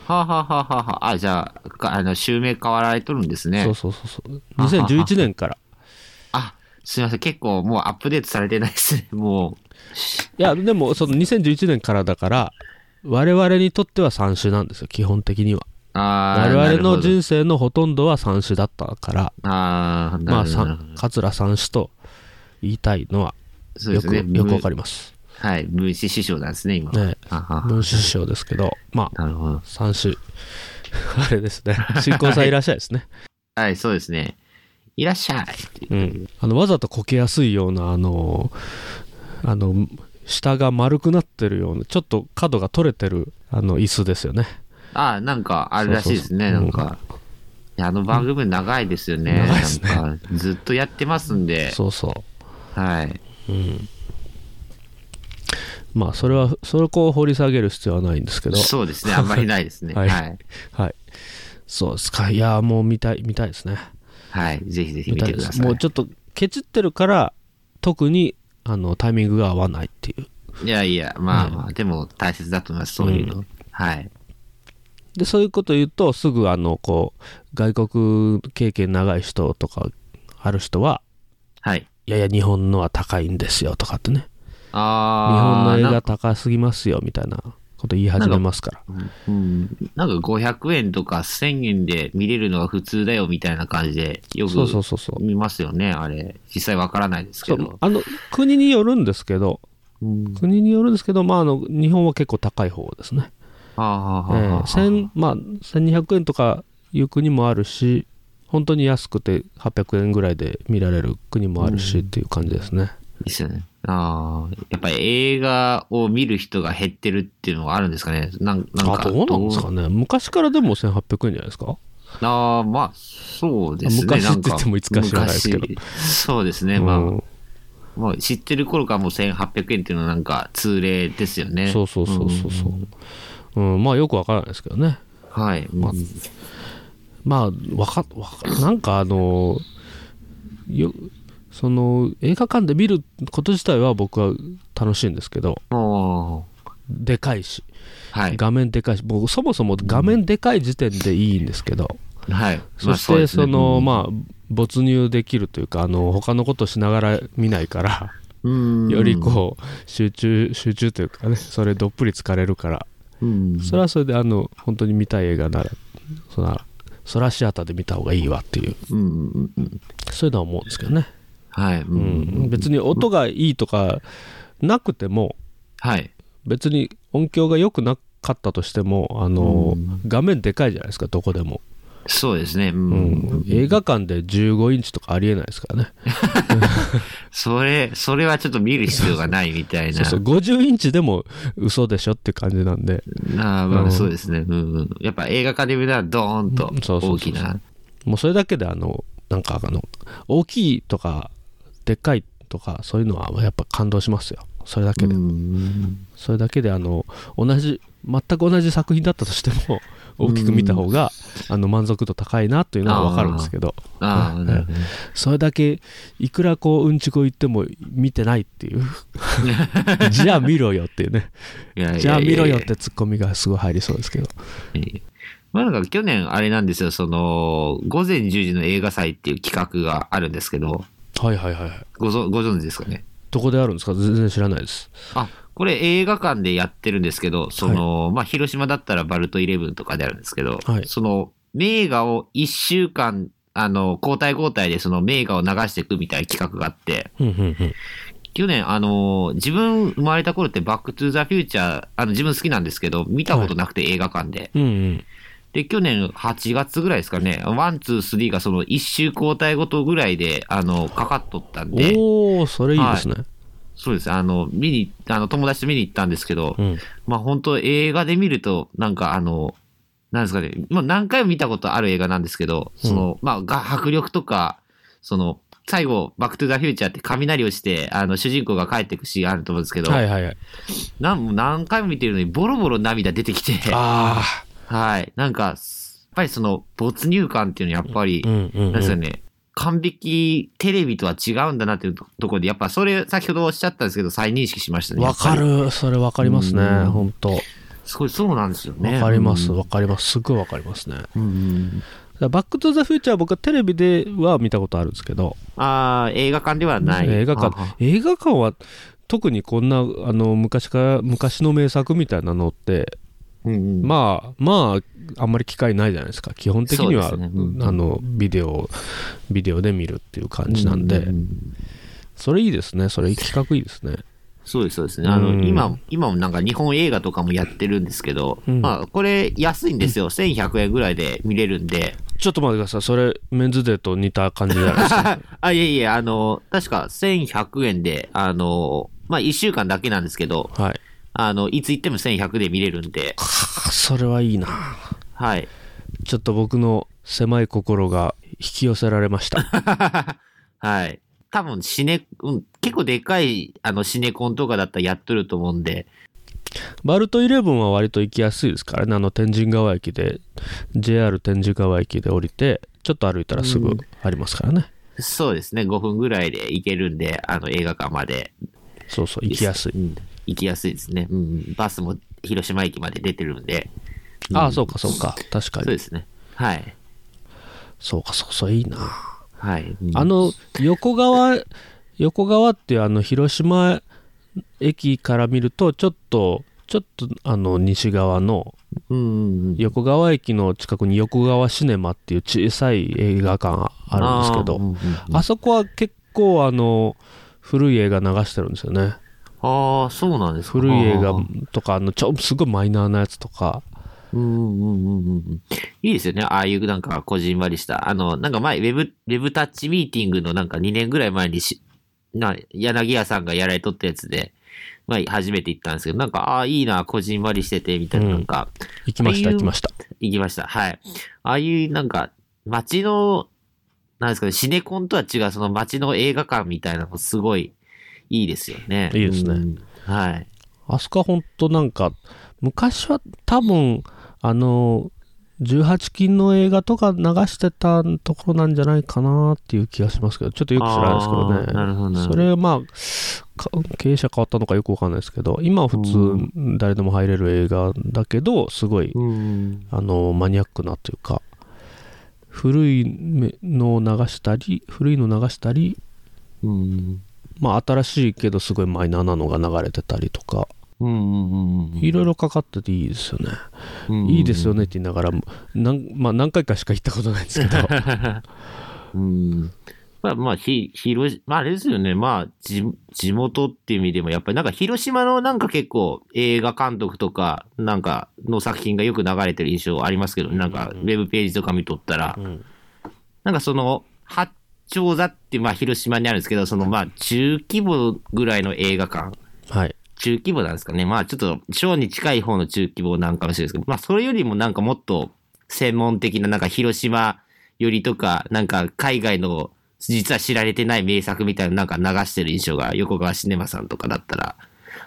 [SPEAKER 1] はあはあはあはあはあ。あ、じゃあ、かあの、襲名変わられとるんですね。
[SPEAKER 2] そうそうそうそう。2011年から。
[SPEAKER 1] あ、すいません。結構もうアップデートされてないですね。 も
[SPEAKER 2] いや、でも、その2011年からだから、我々にとっては三種なんですよ、基本的には。
[SPEAKER 1] う。あ
[SPEAKER 2] 我
[SPEAKER 1] ー、
[SPEAKER 2] 々の
[SPEAKER 1] 人
[SPEAKER 2] 人生のほとんどは三種だったから、
[SPEAKER 1] あー、
[SPEAKER 2] ま
[SPEAKER 1] な
[SPEAKER 2] あ、
[SPEAKER 1] るほ
[SPEAKER 2] さ
[SPEAKER 1] どなるほど。
[SPEAKER 2] ん桂三種と言いたいのは、
[SPEAKER 1] そうで
[SPEAKER 2] よ
[SPEAKER 1] す
[SPEAKER 2] く、
[SPEAKER 1] ね。
[SPEAKER 2] よくわか
[SPEAKER 1] り
[SPEAKER 2] ります。
[SPEAKER 1] はい。分子師匠なんですね、今。
[SPEAKER 2] ね
[SPEAKER 1] あは
[SPEAKER 2] 文春師匠ですけど、まあ、
[SPEAKER 1] なるほど。
[SPEAKER 2] 三種。 あれですね。新婚さんいらっしゃいですね。
[SPEAKER 1] はい、そうですね。いらっ しゃい。
[SPEAKER 2] うん、あのわざとこけやすいようなあのあの下が丸くなってるようなちょっと角が取れてるあの椅子ですよね
[SPEAKER 1] ああ、なんかあるらしいですね、
[SPEAKER 2] そ
[SPEAKER 1] な
[SPEAKER 2] うそうんそう
[SPEAKER 1] か。いやあの番組長いですよね。
[SPEAKER 2] 長いですね
[SPEAKER 1] なんかずっとやってますんで。
[SPEAKER 2] そうそう
[SPEAKER 1] はい。
[SPEAKER 2] まあそれはそれをこう掘り下げる必要はないんですけど
[SPEAKER 1] そうですね、あんまりないですね。
[SPEAKER 2] は
[SPEAKER 1] はいい。はい。
[SPEAKER 2] はいそうですかいやーもう見たい見たいですね
[SPEAKER 1] ぜひぜひ見てくだ
[SPEAKER 2] で
[SPEAKER 1] さ
[SPEAKER 2] す
[SPEAKER 1] い。
[SPEAKER 2] もうちょっとケチってるから特にあのタイミングが合わないっていう
[SPEAKER 1] いやいや、まあまあ、でも大切だと思います、そういうの。はい。
[SPEAKER 2] でそういうこと言うとすぐあのこう外国経験長い人とかある人は
[SPEAKER 1] はい。
[SPEAKER 2] いやいや日本のは高いんですよとかってね日本
[SPEAKER 1] ああ
[SPEAKER 2] の映
[SPEAKER 1] な
[SPEAKER 2] 画高すぎますよみたいなこと言い始めますから
[SPEAKER 1] うん、なんか500円とか1000円で見れるのが普通だよみたいな感じで、よく
[SPEAKER 2] そうそうそうそう
[SPEAKER 1] 見ますよね、あれ。実際わからないです
[SPEAKER 2] そ
[SPEAKER 1] け
[SPEAKER 2] う
[SPEAKER 1] ど。
[SPEAKER 2] あの国によるんですけど
[SPEAKER 1] うん
[SPEAKER 2] 国によるんですけど、まあ、あの日本は結構高い方ですね、
[SPEAKER 1] はあはあ
[SPEAKER 2] え
[SPEAKER 1] はあはあ
[SPEAKER 2] ー1000まあ、1200円とかいう国もあるし本当に安くて800円ぐらいで見られる国もあるしっていう感じですね、
[SPEAKER 1] ですよね。ああ、やっぱり映画を見る人が減ってるっていうのはあるんですかね。なんなん
[SPEAKER 2] あ
[SPEAKER 1] か。
[SPEAKER 2] どうなんですかね昔からでも1800円じゃないですか
[SPEAKER 1] ああ、まあ、そうですね。
[SPEAKER 2] 昔
[SPEAKER 1] なんか
[SPEAKER 2] って言ってもいつか知らないですけど
[SPEAKER 1] 昔そうですね。まあ、
[SPEAKER 2] うん
[SPEAKER 1] まあ、知ってる頃からもう1800円っていうのはなんか通例ですよね。
[SPEAKER 2] そうそうそうそうそう、うん、まあよくわからないですけどね
[SPEAKER 1] はい。
[SPEAKER 2] まあまあわかわかなんかあのよその映画館で見ること自体は僕は楽しいんですけど
[SPEAKER 1] も
[SPEAKER 2] でかいし
[SPEAKER 1] う、はい。
[SPEAKER 2] 画面でかいし僕そもそも画面でかい時点でいいんですけど、
[SPEAKER 1] はい。ま
[SPEAKER 2] そ
[SPEAKER 1] あ
[SPEAKER 2] し
[SPEAKER 1] う
[SPEAKER 2] て
[SPEAKER 1] です
[SPEAKER 2] そ
[SPEAKER 1] ね
[SPEAKER 2] の、まあ没入できるというかあの他のことしながら 見ないから
[SPEAKER 1] うん
[SPEAKER 2] よりこう集中集中というかねそれどっぷり疲れるから
[SPEAKER 1] うん。
[SPEAKER 2] それはそれであの本当に見たい映画ならそらそらシアターで見た方がいいわっていう
[SPEAKER 1] うんうんうん。
[SPEAKER 2] そういうのは思うんですけどね、
[SPEAKER 1] はい。う。
[SPEAKER 2] うんん、別に音がいいとかなくても
[SPEAKER 1] はい。
[SPEAKER 2] 別に音響が良くなかったとしてもあの、
[SPEAKER 1] うん
[SPEAKER 2] 画面でかいじゃないですかどこでも、
[SPEAKER 1] そうですね。う
[SPEAKER 2] うん
[SPEAKER 1] ん。
[SPEAKER 2] 映画館で15インチとかありえないですからね
[SPEAKER 1] それ、それはちょっと見る必要がないみたい
[SPEAKER 2] そ
[SPEAKER 1] な
[SPEAKER 2] う。そう50インチでも嘘でしょって感じなんで
[SPEAKER 1] ああ、ま
[SPEAKER 2] うん
[SPEAKER 1] あそうですね。うんうん。やっぱ映画館で見たらドーンと
[SPEAKER 2] うんそうそうそうそう
[SPEAKER 1] 大きな。
[SPEAKER 2] もうそれだけであのなんかあの大きいとかでっかいとかそういうのはやっぱ感動しますよそれだけで、
[SPEAKER 1] うん
[SPEAKER 2] それだけであの同じ全く同じ作品だったとしても大きく見た方があの満足度高いなというのは分かるんですけど
[SPEAKER 1] ああ、なるほ
[SPEAKER 2] それだけいくらこううんちこ言っても見てないっていう じゃあ見ろよっていうね
[SPEAKER 1] どいやいやいやいや。
[SPEAKER 2] じゃあ見ろよってツッコミがすごい入りそうですけど
[SPEAKER 1] まあなんか去年あれなんですよ、その、午前10時の映画祭っていう企画があるんですけど、
[SPEAKER 2] はいはいはい
[SPEAKER 1] ごぞご存知ですかね。
[SPEAKER 2] どこであるんですか全然知らないです。
[SPEAKER 1] あ、これ映画館でやってるんですけど、その、まあ、広島だったらバルトイレブンとかであるんですけど、
[SPEAKER 2] はい
[SPEAKER 1] その、名画を1週間、あの、交代交代でその名画を流していくみたいな企画があって、
[SPEAKER 2] うんうんうん。
[SPEAKER 1] 去年、あの、自分生まれた頃ってバックトゥーザフューチャー、あの、自分好きなんですけど、見たことなくて映画館で。
[SPEAKER 2] うんうん。
[SPEAKER 1] で、去年8月ぐらいですかね、ワン、ツー、スリーがその1週交代ごとぐらいで、あの、かかっとったんで、
[SPEAKER 2] おー、それいいですね。
[SPEAKER 1] そうです。あの、見に、あの、友達と見に行ったんですけど、
[SPEAKER 2] うん。
[SPEAKER 1] まあ本当映画で見ると、なんかあの、なんですかね、まあ何回も見たことある映画なんですけど、その、まあが迫力とか、その、最後、バックトゥザフューチャーって雷をして、あの、主人公が帰っていくシーンあると思うんですけど、
[SPEAKER 2] はいはいはい。
[SPEAKER 1] なんもう何回も見てるのにボロボロ涙出てきて、
[SPEAKER 2] あ
[SPEAKER 1] はい。なんか、やっぱりその、没入感っていうのはやっぱり、
[SPEAKER 2] ー。うんうん、うん。
[SPEAKER 1] なんですよね、完璧テレビとは違うんだなっていうところで、やっぱそれ先ほどおっしゃったんですけど、再認識しましたね。
[SPEAKER 2] わか
[SPEAKER 1] やっぱり。
[SPEAKER 2] る。それわかりますね。
[SPEAKER 1] うん
[SPEAKER 2] 本当わ
[SPEAKER 1] すごい、そうなんですよね。
[SPEAKER 2] かります。
[SPEAKER 1] うん
[SPEAKER 2] わかります。すごいわかりますね。だか
[SPEAKER 1] うん
[SPEAKER 2] らバックトゥザフューチャー僕はテレビでは見たことあるんですけど、
[SPEAKER 1] ああ、映画館ではない。
[SPEAKER 2] 映画
[SPEAKER 1] あ
[SPEAKER 2] 館、映画館は特にこんな、あの、昔から、昔の名作みたいなのって、
[SPEAKER 1] うんうん
[SPEAKER 2] まあ、まあ、あんまり機会ないじゃないですか。基本的には、
[SPEAKER 1] そうですねうん
[SPEAKER 2] あの、ビデオ、ビデオで見るっていう感じなんで、
[SPEAKER 1] ううん
[SPEAKER 2] それいいですね。それ企画いいですね。
[SPEAKER 1] そうです、そうですね。あの、
[SPEAKER 2] うん
[SPEAKER 1] 今、今もなんか日本映画とかもやってるんですけど、
[SPEAKER 2] うん
[SPEAKER 1] まあ、これ安いんですよ。1100円ぐらいで見れるんで。
[SPEAKER 2] ちょっと待ってください。それ、メンズデーと似た感じじゃな いですか。
[SPEAKER 1] あ、いえいえ、あの、確か1100円で、あの、まあ、1週間だけなんですけど、
[SPEAKER 2] はい。
[SPEAKER 1] あの、いつ行っても1100で見れるんで、
[SPEAKER 2] それはいいな。
[SPEAKER 1] はい。
[SPEAKER 2] ちょっと僕の狭い心が引き寄せられ ました。
[SPEAKER 1] はい。多分シネ、うん、結構でかい、あの、シネコンとかだったらやっとると思うんで、
[SPEAKER 2] バルトイレブンは割と行きやすいですからね。あの天神川駅で、JR 天神川駅で降りて、ちょっと歩いたらすぐありますからね。
[SPEAKER 1] そうですね、5分ぐらいで行けるんで、あの、映画館まで。
[SPEAKER 2] そうそう、行きやすい。
[SPEAKER 1] うん。行きやすいですね。うんうん。バスも広島駅まで出てるんで。
[SPEAKER 2] ああ、そうかそうか。確
[SPEAKER 1] そう
[SPEAKER 2] かに。
[SPEAKER 1] ですね。はい。
[SPEAKER 2] そうかそうそう、いいな。
[SPEAKER 1] はい。うん
[SPEAKER 2] あの横側横側っていうあの広島駅から見るとちょっとちょっとあの西側の
[SPEAKER 1] うんうんうん。
[SPEAKER 2] 横川駅の近くに横川シネマっていう小さい映画館あるんですけ
[SPEAKER 1] あー
[SPEAKER 2] ど
[SPEAKER 1] う
[SPEAKER 2] あ,、
[SPEAKER 1] んうんうん
[SPEAKER 2] そこは結構あの古い映画流してるんですよね
[SPEAKER 1] ああ、そうなんですか
[SPEAKER 2] 古い映
[SPEAKER 1] あ
[SPEAKER 2] 画
[SPEAKER 1] ー
[SPEAKER 2] とかあのちょすごいマイナーなやつとか
[SPEAKER 1] うんうんうんうんうん。いいですよね。ああいうなんか、こじんまりした。あの、なんか前、ウェブ、ウェブタッチミーティングのなんか2年ぐらい前にし、な、柳屋さんがやられとったやつで、まあ、初めて行ったんですけど、なんか、ああ、いいな、こじんまりしてて、みたいな、
[SPEAKER 2] うん
[SPEAKER 1] なんか、
[SPEAKER 2] 行きまし
[SPEAKER 1] あ
[SPEAKER 2] た
[SPEAKER 1] あいう
[SPEAKER 2] 行きました
[SPEAKER 1] 行きました。はい。ああいう、なんか、街の、なんですかね、シネコンとは違う、その街の映画館みたいなの、すごい、いいですよね。
[SPEAKER 2] いいですね
[SPEAKER 1] うんはい。
[SPEAKER 2] あそこは本当なんか昔は多分あの18禁の映画とか流してたところなんじゃないかなっていう気がしますけどちょっとよく知らないですけど
[SPEAKER 1] あ
[SPEAKER 2] ね
[SPEAKER 1] ーなるほどなるほど
[SPEAKER 2] それはまあか経営者変わったのかよくわかんないですけど今は普通誰でも入れる映画だけどすごい
[SPEAKER 1] うん。
[SPEAKER 2] あのマニアックなというか古いのを流したり古いの流したり
[SPEAKER 1] うん。
[SPEAKER 2] まあ新しいけどすごいマイナーなのが流れてたりとか
[SPEAKER 1] うんうんうんうん
[SPEAKER 2] いろいろかかってていいですよね
[SPEAKER 1] うん
[SPEAKER 2] いいですよねって言いながらもなん、まあ、何回かしか行ったことないんですけど
[SPEAKER 1] うんまあ、まあ、ひ、広し、まあ、あれですよね。まあ、じ、地元っていう意味でも、やっぱりなんか広島のなんか結構映画監督とか、なんかの作品がよく流れてる印象ありますけど、なんかウェブページとか見とったら、
[SPEAKER 2] ん
[SPEAKER 1] なんかその、八丁座って、まあ、広島にあるんですけど、その、まあ、中規模ぐらいの映画館。
[SPEAKER 2] はい
[SPEAKER 1] 中規模なんですかね。まあちょっと、小に近い方の中規模なんかもしれないですけど、まあそれよりもなんかもっと専門的な、なんか広島よりとか、なんか海外の実は知られてない名作みたいななんか流してる印象が横川シネマさんとかだったら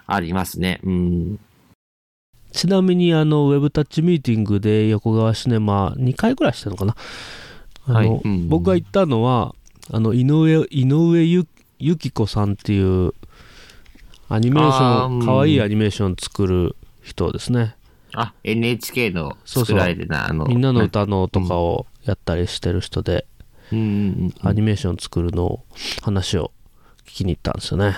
[SPEAKER 1] ありますね。うん。
[SPEAKER 2] ちなみにあのウェブタッチミーティングで横川シネマ2回ぐらいしたのかなあの、
[SPEAKER 1] はいうん
[SPEAKER 2] 僕が行ったのはあの井上井上ゆゆき子さんっていうアニメーシ
[SPEAKER 1] あー
[SPEAKER 2] ョ
[SPEAKER 1] うん
[SPEAKER 2] ンかわいいアニメーション作る人ですね
[SPEAKER 1] あ、NHK の
[SPEAKER 2] そうそう
[SPEAKER 1] 作られてた、あの、
[SPEAKER 2] みんなの歌のとかをやったりしてる人で
[SPEAKER 1] うんうんうん。
[SPEAKER 2] アニメーション作るのを話を聞きに行ったんですよね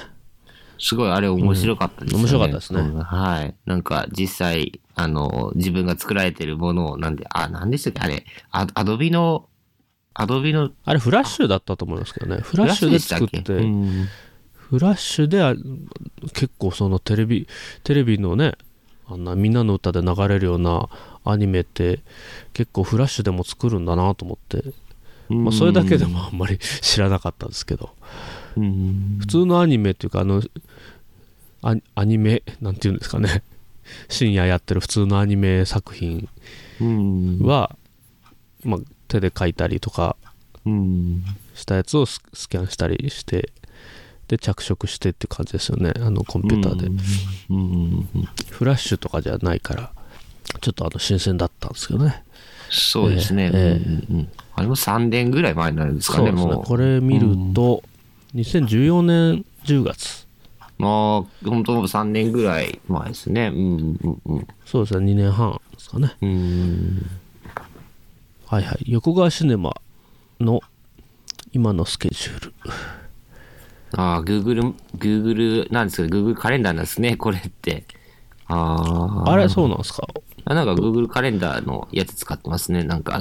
[SPEAKER 1] すごいあれ面白かったですよね。
[SPEAKER 2] 面白かったですね
[SPEAKER 1] うんはい。なんか実際、あの、自分が作られてるものを、なんで、あ、なんでしたっけあれ、アアドビの、アドビの
[SPEAKER 2] あれフラッシュだったと思いますけどねフラッシュ
[SPEAKER 1] で
[SPEAKER 2] で
[SPEAKER 1] したっ
[SPEAKER 2] 作っ
[SPEAKER 1] け
[SPEAKER 2] て
[SPEAKER 1] うん
[SPEAKER 2] フラッシュであ結構そのテレビテレビのねあんなみんなの歌で流れるようなアニメって結構フラッシュでも作るんだなと思って、まあ、それだけでもあんまり知らなかったんですけど
[SPEAKER 1] うん
[SPEAKER 2] 普通のアニメっていうかあのアアニメなんていうんですかね深夜やってる普通のアニメ作品
[SPEAKER 1] うん
[SPEAKER 2] は、まあ、手で描いたりとか
[SPEAKER 1] うん
[SPEAKER 2] したやつをススキャンしたりしてで着色してって感じですよねあのコンピューターで、
[SPEAKER 1] うんうん
[SPEAKER 2] フラッシュとかじゃないからちょっとあの新鮮だったんですけどね
[SPEAKER 1] そうですね、
[SPEAKER 2] え
[SPEAKER 1] う
[SPEAKER 2] え
[SPEAKER 1] んうんうんあれも3年ぐらい前になるんですか
[SPEAKER 2] そう
[SPEAKER 1] ね、
[SPEAKER 2] ですね
[SPEAKER 1] も
[SPEAKER 2] これ見ると、2014年10月
[SPEAKER 1] う。まあ、本当3年ぐらい前ですね。うんうんうん
[SPEAKER 2] そうですね2年半ですかね
[SPEAKER 1] うん。
[SPEAKER 2] はいはい横川シネマの今のスケジュール
[SPEAKER 1] ああ、Google、Google なんですけど、Google カレンダーなんですね、これって。ああ。
[SPEAKER 2] あれそうなんですか
[SPEAKER 1] あなんか Google カレンダーのやつ使ってますね。なんか、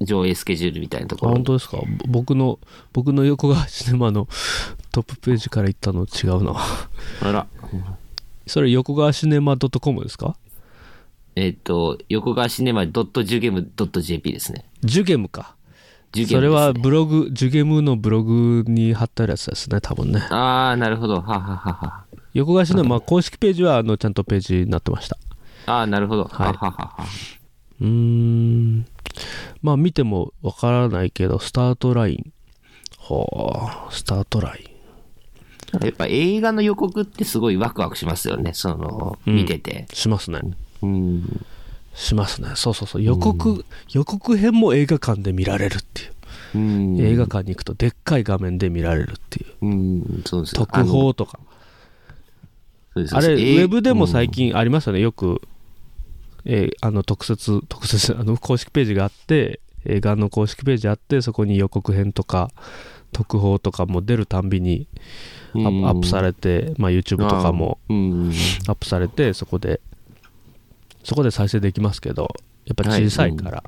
[SPEAKER 1] 上映スケジュールみたいなと
[SPEAKER 2] あ
[SPEAKER 1] ころ
[SPEAKER 2] 本。当ですかぼ僕の僕の横川シネマのトップページから行ったの違うな
[SPEAKER 1] あら。
[SPEAKER 2] それ横川シネマ .com ですか
[SPEAKER 1] えっ、と、横川シネマ .jugame.jp ですね。
[SPEAKER 2] ジュゲムか
[SPEAKER 1] ジュゲ
[SPEAKER 2] そ
[SPEAKER 1] ム
[SPEAKER 2] れ
[SPEAKER 1] ですね
[SPEAKER 2] はブログジュゲムのブログに貼ってあるやつですね多分ね
[SPEAKER 1] ああ、なるほど。はははは。
[SPEAKER 2] 横川シネマ公式ページはあのちゃんとページになってました
[SPEAKER 1] ああ、なるほど。
[SPEAKER 2] はい
[SPEAKER 1] はははは。
[SPEAKER 2] うーんまあ見てもわからないけどスタートラインほうスタートライン
[SPEAKER 1] やっぱ映画の予告ってすごいワクワクしますよね。その、見てて。
[SPEAKER 2] しますね
[SPEAKER 1] うん。
[SPEAKER 2] しますねそうそうそう予告、予告編も映画館で見られるっていう、
[SPEAKER 1] うん。
[SPEAKER 2] 映画館に行くとでっかい画面で見られるっていう
[SPEAKER 1] うん、そうです
[SPEAKER 2] 特
[SPEAKER 1] あの
[SPEAKER 2] 報とか
[SPEAKER 1] そうです
[SPEAKER 2] あれ、ウ
[SPEAKER 1] え
[SPEAKER 2] ェブでも最近ありますよね、よく、えーあの特設、 特設、あの公式ページがあって、映画の公式ページあって、そこに予告編とか、特報とかも出るたんびにアップアップされて、まあ、YouTube とかも
[SPEAKER 1] うん。
[SPEAKER 2] アップされて、そこで、そこで再生できますけど、やっぱ小さいから、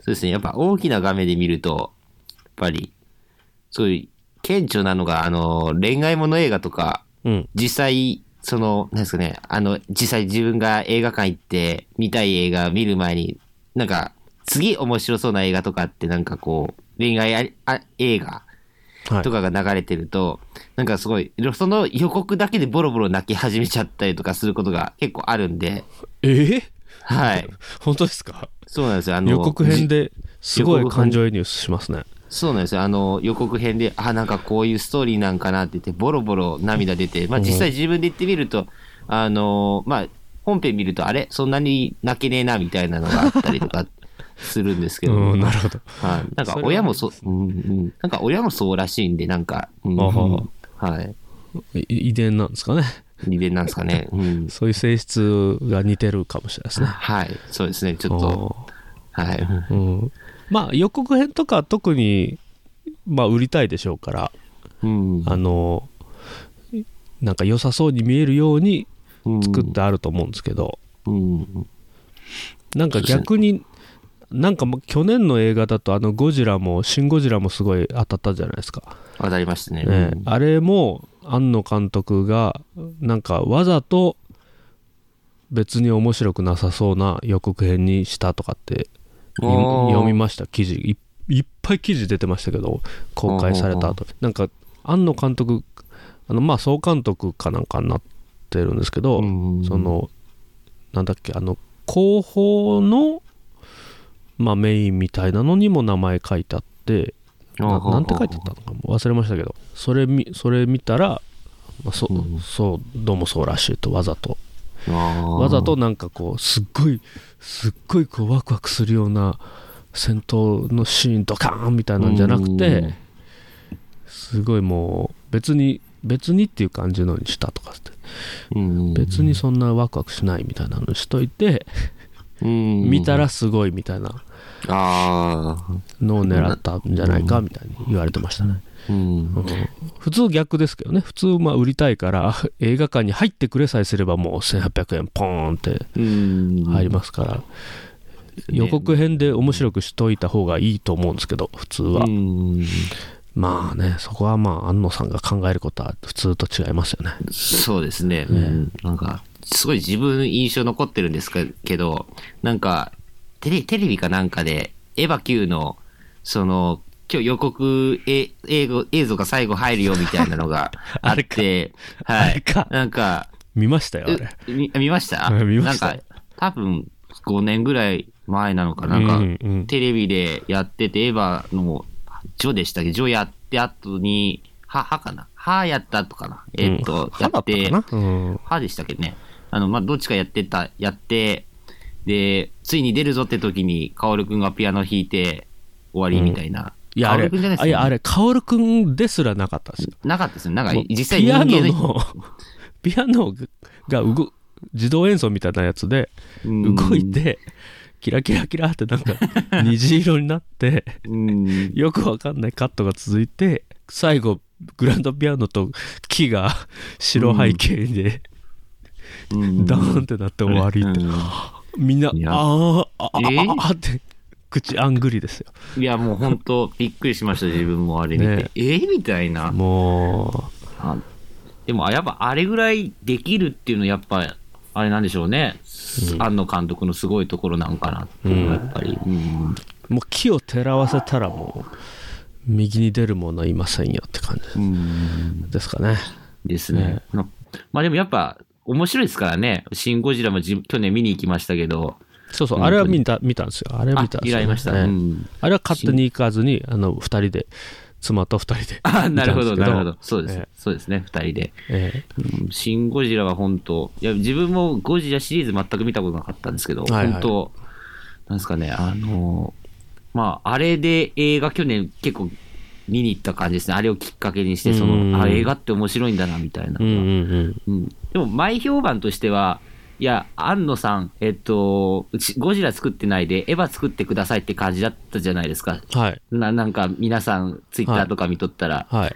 [SPEAKER 1] そうですね。やっぱ大きな画面で見ると、やっぱり、そういう、顕著なのが、あの、恋愛もの映画とか、
[SPEAKER 2] うん、
[SPEAKER 1] 実際、その、なんですかね、あの、実際自分が映画館行って、見たい映画見る前に、なんか、次面白そうな映画とかって、なんかこう、恋愛ありあ映画
[SPEAKER 2] はい
[SPEAKER 1] と、かが流れてると、なんかすごい、その予告だけでボロボロ泣き始めちゃったりとかすることが結構あるんで、
[SPEAKER 2] えー、
[SPEAKER 1] はい。
[SPEAKER 2] 本当ですか
[SPEAKER 1] そうなんですよ。あの、
[SPEAKER 2] 予告編
[SPEAKER 1] じ。
[SPEAKER 2] ですご
[SPEAKER 1] 予
[SPEAKER 2] い
[SPEAKER 1] 告編
[SPEAKER 2] 感情移入しますね。
[SPEAKER 1] そうなんですよ。あの、予告編で、あ、なんかこういうストーリーなんかなって言って、ボロボロ涙出て、まあ実際自分で言ってみると、あの、まあ、本編見ると、あれそんなに泣けねえな、みたいなのがあったりとかするんですけど、
[SPEAKER 2] うん、なるほど。
[SPEAKER 1] はい。なん
[SPEAKER 2] そ
[SPEAKER 1] か
[SPEAKER 2] れは
[SPEAKER 1] 親もそ、うんうん。なんか親もそうらしいんで、なんか、うん
[SPEAKER 2] あは
[SPEAKER 1] はい。
[SPEAKER 2] い遺伝なんですかね。
[SPEAKER 1] 二連なんですかね。うん。
[SPEAKER 2] そういう性質が似てるかもしれないですね。
[SPEAKER 1] はい。そうですね。ちょっと、はい。
[SPEAKER 2] うん、まあ予告編とかは特に、まあ、売りたいでしょうから
[SPEAKER 1] うん。
[SPEAKER 2] あのなんか良さそうに見えるように作ってあると思うんですけど、
[SPEAKER 1] うん。
[SPEAKER 2] なんか逆になんかもう去年の映画だとあのゴジラも「シン・ゴジラ」もすごい当たったじゃないですか、
[SPEAKER 1] わかりましたね。
[SPEAKER 2] ねあれも庵野監督がなんかわざと別に面白くなさそうな予告編にしたとかって
[SPEAKER 1] あ
[SPEAKER 2] 読
[SPEAKER 1] ー
[SPEAKER 2] み読みました記事いいっぱい記事出てましたけど公開された後なんか庵野監督あのまあ総監督かなんかになってるんですけど、
[SPEAKER 1] うん
[SPEAKER 2] そのなんだっけあの広報の、まあ、メインみたいなのにも名前書いてあって
[SPEAKER 1] あ
[SPEAKER 2] な
[SPEAKER 1] はは
[SPEAKER 2] なんて書いてあったのかも忘れましたけどそれみそれ見たら、まあそ
[SPEAKER 1] うん
[SPEAKER 2] そうどうもそうらしいとわざとわ
[SPEAKER 1] わ
[SPEAKER 2] ざとなんかこうすっごいすっごいこうワクワクするような戦闘のシーンドカーンみたいなんじゃなくてすごいもう別に別にっていう感じのにしたとかって
[SPEAKER 1] うん、
[SPEAKER 2] 別にそんなワクワクしないみたいなのにしといて
[SPEAKER 1] うん
[SPEAKER 2] 見たらすごいみたいな
[SPEAKER 1] あ
[SPEAKER 2] のを狙ったんじゃないかみたいに言われてましたね。
[SPEAKER 1] あ、うん。
[SPEAKER 2] 普通逆ですけどね普通まあ売りたいから 映画館に入ってくれさえすればもう1800円ポーンって
[SPEAKER 1] うん。
[SPEAKER 2] 入りますから、予告編で面白くしといた方がいいと思うんですけど普通は、
[SPEAKER 1] うん。
[SPEAKER 2] まあねそこはまあ安野さんが考えることは普通と違いますよね
[SPEAKER 1] そうですね。うん。なんか、すごい自分印象残ってるんですけど、なんか、テレテレビかなんかで、エヴァ Q の、その、今日予告え映画映像が最後入るよみたいなのがあって、は
[SPEAKER 2] あれ
[SPEAKER 1] い
[SPEAKER 2] か。
[SPEAKER 1] なんか、
[SPEAKER 2] 見ましたよあれ
[SPEAKER 1] うみ見ました
[SPEAKER 2] うん 見ました
[SPEAKER 1] なんか、多分5年ぐらい前なのかななんか、
[SPEAKER 2] うんうん
[SPEAKER 1] テレビでやってて、エヴァの、ジョでしたっけジョやって後に、は、はかなはやった後かなえっと、
[SPEAKER 2] 歯
[SPEAKER 1] や
[SPEAKER 2] だ
[SPEAKER 1] っ
[SPEAKER 2] った
[SPEAKER 1] て、
[SPEAKER 2] かな、うん、
[SPEAKER 1] はでしたっけね。あの、まあ、どっちかやってた、やって、で、ついに出るぞって時に、カオルくんがピアノ弾いて、終わりみたいな。
[SPEAKER 2] いやあ
[SPEAKER 1] カオ
[SPEAKER 2] れ
[SPEAKER 1] ルくんじゃないです
[SPEAKER 2] あいやあ
[SPEAKER 1] れ。
[SPEAKER 2] れ薫君ですらなかったですよ
[SPEAKER 1] なかったですね。なんか
[SPEAKER 2] もう、
[SPEAKER 1] 実際
[SPEAKER 2] ピ
[SPEAKER 1] 人
[SPEAKER 2] ア
[SPEAKER 1] 間
[SPEAKER 2] ノ
[SPEAKER 1] の
[SPEAKER 2] の ピアノが動く自動演奏みたいなやつで
[SPEAKER 1] うん
[SPEAKER 2] 動いて、キラキラキラってなんか虹色になって
[SPEAKER 1] うん
[SPEAKER 2] よくわかんないカットが続いて最後グランドピアノと木が白背景で
[SPEAKER 1] うん
[SPEAKER 2] ダーンってなって終わりって、
[SPEAKER 1] うん
[SPEAKER 2] みんない
[SPEAKER 1] や
[SPEAKER 2] あーあああ
[SPEAKER 1] えー
[SPEAKER 2] あって口あんぐりですよ
[SPEAKER 1] いや、もう本当びっくりしました、自分もあれ見て。
[SPEAKER 2] ね
[SPEAKER 1] えーみたいな。
[SPEAKER 2] も
[SPEAKER 1] あでも、あやっぱあれぐらいできるっていうの、やっぱ、あれなんでしょうね。庵野監督のすごいところなんかなっていうのが、やっぱり。うん
[SPEAKER 2] うもう木を照らわせたらもう右に出るものはいませんよって感じですかね。
[SPEAKER 1] ですね。なまあでもやっぱ、面白いですからね。シン・ゴジラもじ去年見に行きましたけど。
[SPEAKER 2] そうそう、
[SPEAKER 1] 本当に
[SPEAKER 2] あれは見た見たんですよ。あれは
[SPEAKER 1] あ
[SPEAKER 2] 見たん、ですよ
[SPEAKER 1] 嫌いました。
[SPEAKER 2] ね
[SPEAKER 1] うん
[SPEAKER 2] あれは勝手に行かずに、あの、二人で、妻と二人で。
[SPEAKER 1] あ、なるほど、
[SPEAKER 2] 見たんですけ
[SPEAKER 1] な
[SPEAKER 2] ど
[SPEAKER 1] るほど。そうです。
[SPEAKER 2] ええ
[SPEAKER 1] そうですね、二人で。
[SPEAKER 2] え
[SPEAKER 1] うんシン・ゴジラは本当、いや、自分もゴジラシリーズ全く見たことなかったんですけど、
[SPEAKER 2] はいはい
[SPEAKER 1] 本当、なんですかね、あの、まあ、あれで映画去年結構見に行った感じですね。あれをきっかけにして、そ
[SPEAKER 2] うん
[SPEAKER 1] の、あ、映画って面白いんだな、みたいな。
[SPEAKER 2] えうんうん
[SPEAKER 1] うんでも、前評判としては、いや、庵野さん、えっと、うちゴジラ作ってないで、エヴァ作ってくださいって感じだったじゃないですか。
[SPEAKER 2] うん。はい。
[SPEAKER 1] ななんか、皆さん、ツイッターとか見とったら、
[SPEAKER 2] はい。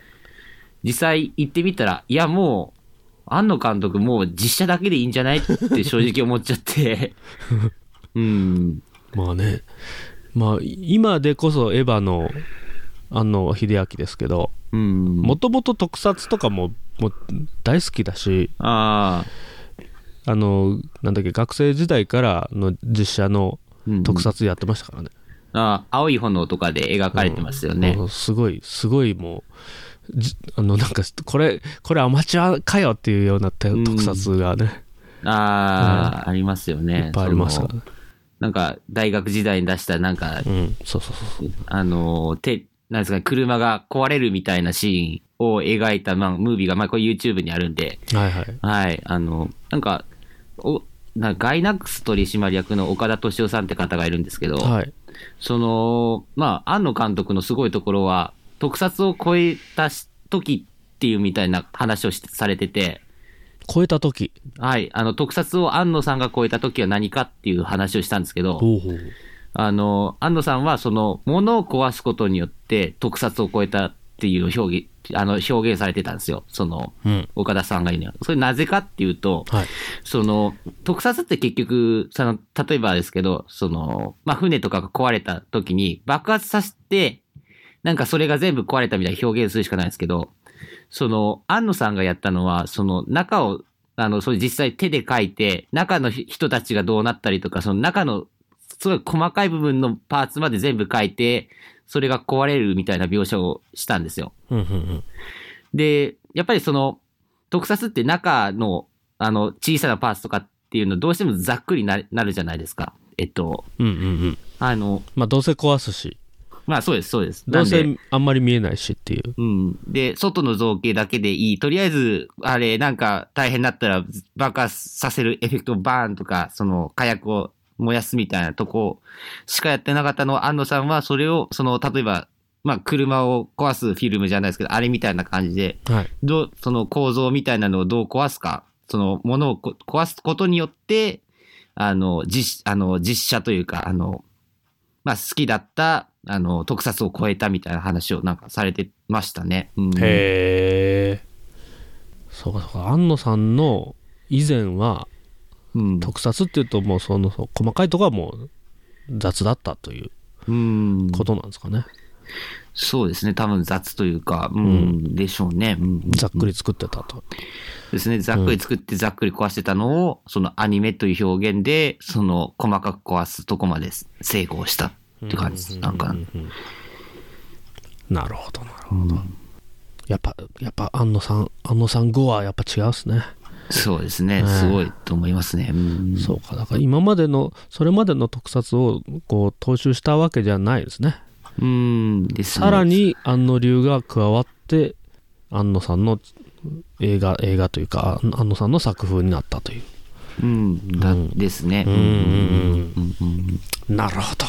[SPEAKER 1] 実際行ってみたら、いやもう、庵野監督もう実写だけでいいんじゃないって正直思っちゃって。うん。
[SPEAKER 2] まあね。まあ、今でこそエヴァの、あの、秀明ですけど、
[SPEAKER 1] うん。
[SPEAKER 2] もともと特撮とかも、もう大好きだし、
[SPEAKER 1] ああ。
[SPEAKER 2] あの、なんだっけ、学生時代からの実写の
[SPEAKER 1] うん
[SPEAKER 2] 特撮やってましたからね。
[SPEAKER 1] ああ青い炎とかで描かれてますよね
[SPEAKER 2] も。うすごいすごいもうじあのなんかこれこれアマチュアかよっていうようなて
[SPEAKER 1] うん
[SPEAKER 2] 特撮がね、
[SPEAKER 1] ああ、ありますよね。
[SPEAKER 2] いっぱいありますか
[SPEAKER 1] そ
[SPEAKER 2] ら
[SPEAKER 1] の
[SPEAKER 2] ね
[SPEAKER 1] なんか、大学時代に出した、なんか、
[SPEAKER 2] うんそうそうそう
[SPEAKER 1] あの、て、なんですかね、車が壊れるみたいなシーンを描いた、まあ、ムービーが、まあ、これ YouTube にあるんで、
[SPEAKER 2] そうはいはい
[SPEAKER 1] はい、あの、なんか、おなガイナックス取締役の岡田敏夫さんって方がいるんですけど、
[SPEAKER 2] はい
[SPEAKER 1] その、まあ、庵野監督のすごいところは、特撮を超えたし時っていうみたいな話をしされてて、
[SPEAKER 2] 超えた時
[SPEAKER 1] はい、あの、特撮を庵野さんが超えた時は何かっていう話をしたんですけど、
[SPEAKER 2] うほう
[SPEAKER 1] あの、庵野さんはその、物を壊すことによって特撮を超えたっていう表現、あの、表現されてたんですよ。その、
[SPEAKER 2] うん
[SPEAKER 1] 岡田さんが言うには。それなぜかっていうと、
[SPEAKER 2] はい
[SPEAKER 1] その、特撮って結局、その、例えばですけど、その、まあ、船とかが壊れた時に爆発させて、なんかそれが全部壊れたみたいな表現するしかないですけど、その、安野さんがやったのは、その、中を、あの、それ実際手で書いて、中の人たちがどうなったりとか、その中の、すごい細かい部分のパーツまで全部書いて、それが壊れるみたいな描写をしたんですよ。
[SPEAKER 2] うんうんうん
[SPEAKER 1] で、やっぱりその、特撮って中の、あの、小さなパーツとかっていうの、どうしてもざっくりななるじゃないですか。えっと、
[SPEAKER 2] うんうんうん
[SPEAKER 1] あの、
[SPEAKER 2] まあどうせ壊すし
[SPEAKER 1] まあそうです、そうです。
[SPEAKER 2] どう
[SPEAKER 1] なんで、
[SPEAKER 2] せあんまり見えないしっていう
[SPEAKER 1] うん。で、外の造形だけでいい。とりあえず、あれ、なんか大変だったら爆発させるエフェクトをバーンとか、その火薬を燃やすみたいなとこしかやってなかったのを、安野さんはそれを、その、例えば、まあ車を壊すフィルムじゃないですけど、あれみたいな感じで、
[SPEAKER 2] はい
[SPEAKER 1] どう、その構造みたいなのをどう壊すか、そのものをこ壊すことによって、あの、実、あの、実写というか、あの、まあ好きだった、あの、特撮を超えたみたいな話をなんかされてましたね。うん、
[SPEAKER 2] へえそうかそうか庵野さんの以前は
[SPEAKER 1] うん。
[SPEAKER 2] 特撮っていうともうそのそう細かいとこはもう雑だったという
[SPEAKER 1] うん。
[SPEAKER 2] ことなんですかね、
[SPEAKER 1] そうですね。多分雑というか、うん、でしょうね。うん。
[SPEAKER 2] ざっくり作ってたと、
[SPEAKER 1] ですね。ざっくり作ってざっくり壊してたのを、そのアニメという表現で、その細かく壊すとこまで成功したって感じ。なんか、
[SPEAKER 2] なるほどなるほど、やっぱやっぱ庵野さん庵野さん後はやっぱ違うっすね、
[SPEAKER 1] そうですね。すごいと思いますね。うん。
[SPEAKER 2] そうかだから今までのそれまでの特撮をこう踏襲したわけじゃないですね
[SPEAKER 1] うん。ですね
[SPEAKER 2] さら、に庵野流が加わって庵野さんの映画映画というかあ庵野さんの作風になったという
[SPEAKER 1] うん。だですね。うん。うん。うん。
[SPEAKER 2] なるほど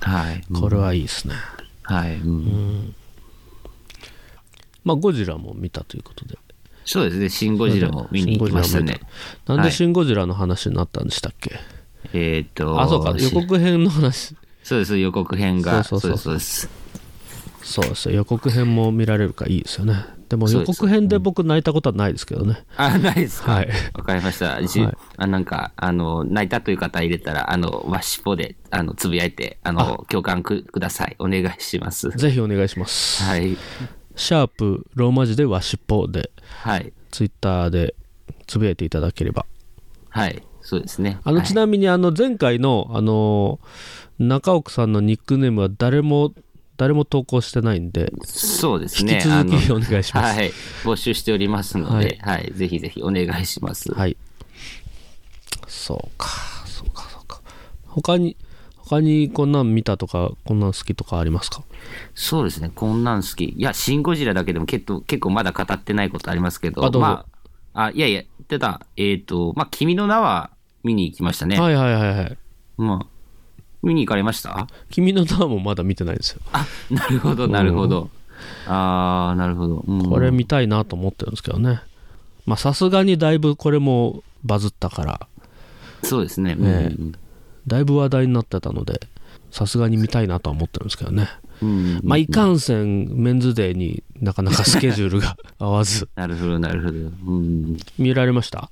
[SPEAKER 1] はい。
[SPEAKER 2] これはいいですね、
[SPEAKER 1] はい。うん。
[SPEAKER 2] まあゴジラも見たということで
[SPEAKER 1] そうですね。シン・ゴジラも見に行きました
[SPEAKER 2] シンゴジラも見
[SPEAKER 1] ね。
[SPEAKER 2] なん
[SPEAKER 1] は
[SPEAKER 2] で「
[SPEAKER 1] い
[SPEAKER 2] シン・ゴジラ」の話になったんでしたっけ、
[SPEAKER 1] えっと、
[SPEAKER 2] あそうか予告編の話
[SPEAKER 1] そうです。予告編が。
[SPEAKER 2] そ
[SPEAKER 1] そうう
[SPEAKER 2] そう
[SPEAKER 1] で
[SPEAKER 2] そう
[SPEAKER 1] す。そうです。
[SPEAKER 2] そうですよ予告編も見られるからいいですよねでも予告編で僕泣いたことはないですけどね
[SPEAKER 1] あ、ないですか。
[SPEAKER 2] はい
[SPEAKER 1] わかりました。
[SPEAKER 2] は
[SPEAKER 1] じ
[SPEAKER 2] い
[SPEAKER 1] あなんか、あの、泣いたという方入れたら、あの、わしっぽで、あの、つぶやいて、あの、共感くください。お願いします。
[SPEAKER 2] ぜひお願いします、
[SPEAKER 1] はい。
[SPEAKER 2] シャープローマ字でわしっぽで
[SPEAKER 1] はい。
[SPEAKER 2] ツイッターでつぶやいていただければ
[SPEAKER 1] はい。そうですね。
[SPEAKER 2] あのちなみにあの前回のあの中奥さんのニックネームは誰も誰も投稿してないんで
[SPEAKER 1] そうです
[SPEAKER 2] 引
[SPEAKER 1] ね。
[SPEAKER 2] き続
[SPEAKER 1] あ
[SPEAKER 2] き
[SPEAKER 1] の
[SPEAKER 2] お願いします、
[SPEAKER 1] はい。募集しておりますので、はい、ぜひぜひお願いします。
[SPEAKER 2] はいそうかそうかそうか他に他にこんなん見たとかこんなん好きとかありますか
[SPEAKER 1] そうですね。こんなん好き。いや、シン・ゴジラだけでも結構結構まだ語ってないことありますけど、
[SPEAKER 2] あどうぞ
[SPEAKER 1] まあ、あ、いやいや、ただ、えっ、と、まあ、君の名は見に行きましたね。
[SPEAKER 2] はいはいはいはい
[SPEAKER 1] まあ、見に行かれま した
[SPEAKER 2] 君の名もまだ見てないんですよ
[SPEAKER 1] あ、なるほど、なるほど。ああ、なるほど。うん
[SPEAKER 2] これ見たいなと思ってるんですけどねまあさすがにだいぶこれもバズったから
[SPEAKER 1] そうですね。うん
[SPEAKER 2] ねだいぶ話題になってたのでさすがに見たいなとは思ってるんですけどね
[SPEAKER 1] うん
[SPEAKER 2] まあいかんせんメンズデーになかなかスケジュールが 合わず
[SPEAKER 1] なるほど、なるほど。うん
[SPEAKER 2] 見られました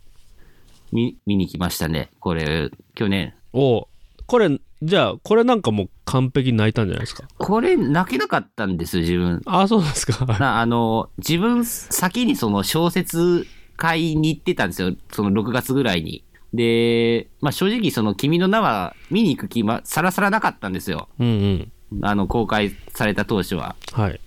[SPEAKER 1] 見見に来ましたね。これ、去年。
[SPEAKER 2] おうこれじゃあこれなんかもう完璧に泣いたんじゃないですか
[SPEAKER 1] これ、泣けなかったんですよ、自分。
[SPEAKER 2] ああそうなんですか
[SPEAKER 1] なあの、自分、先にその小説会に行ってたんですよ。その6月ぐらいに。で、まあ正直、その、君の名は見に行く気、ま、さらさらなかったんですよ。
[SPEAKER 2] うんうん
[SPEAKER 1] あの、公開された当初は。
[SPEAKER 2] はい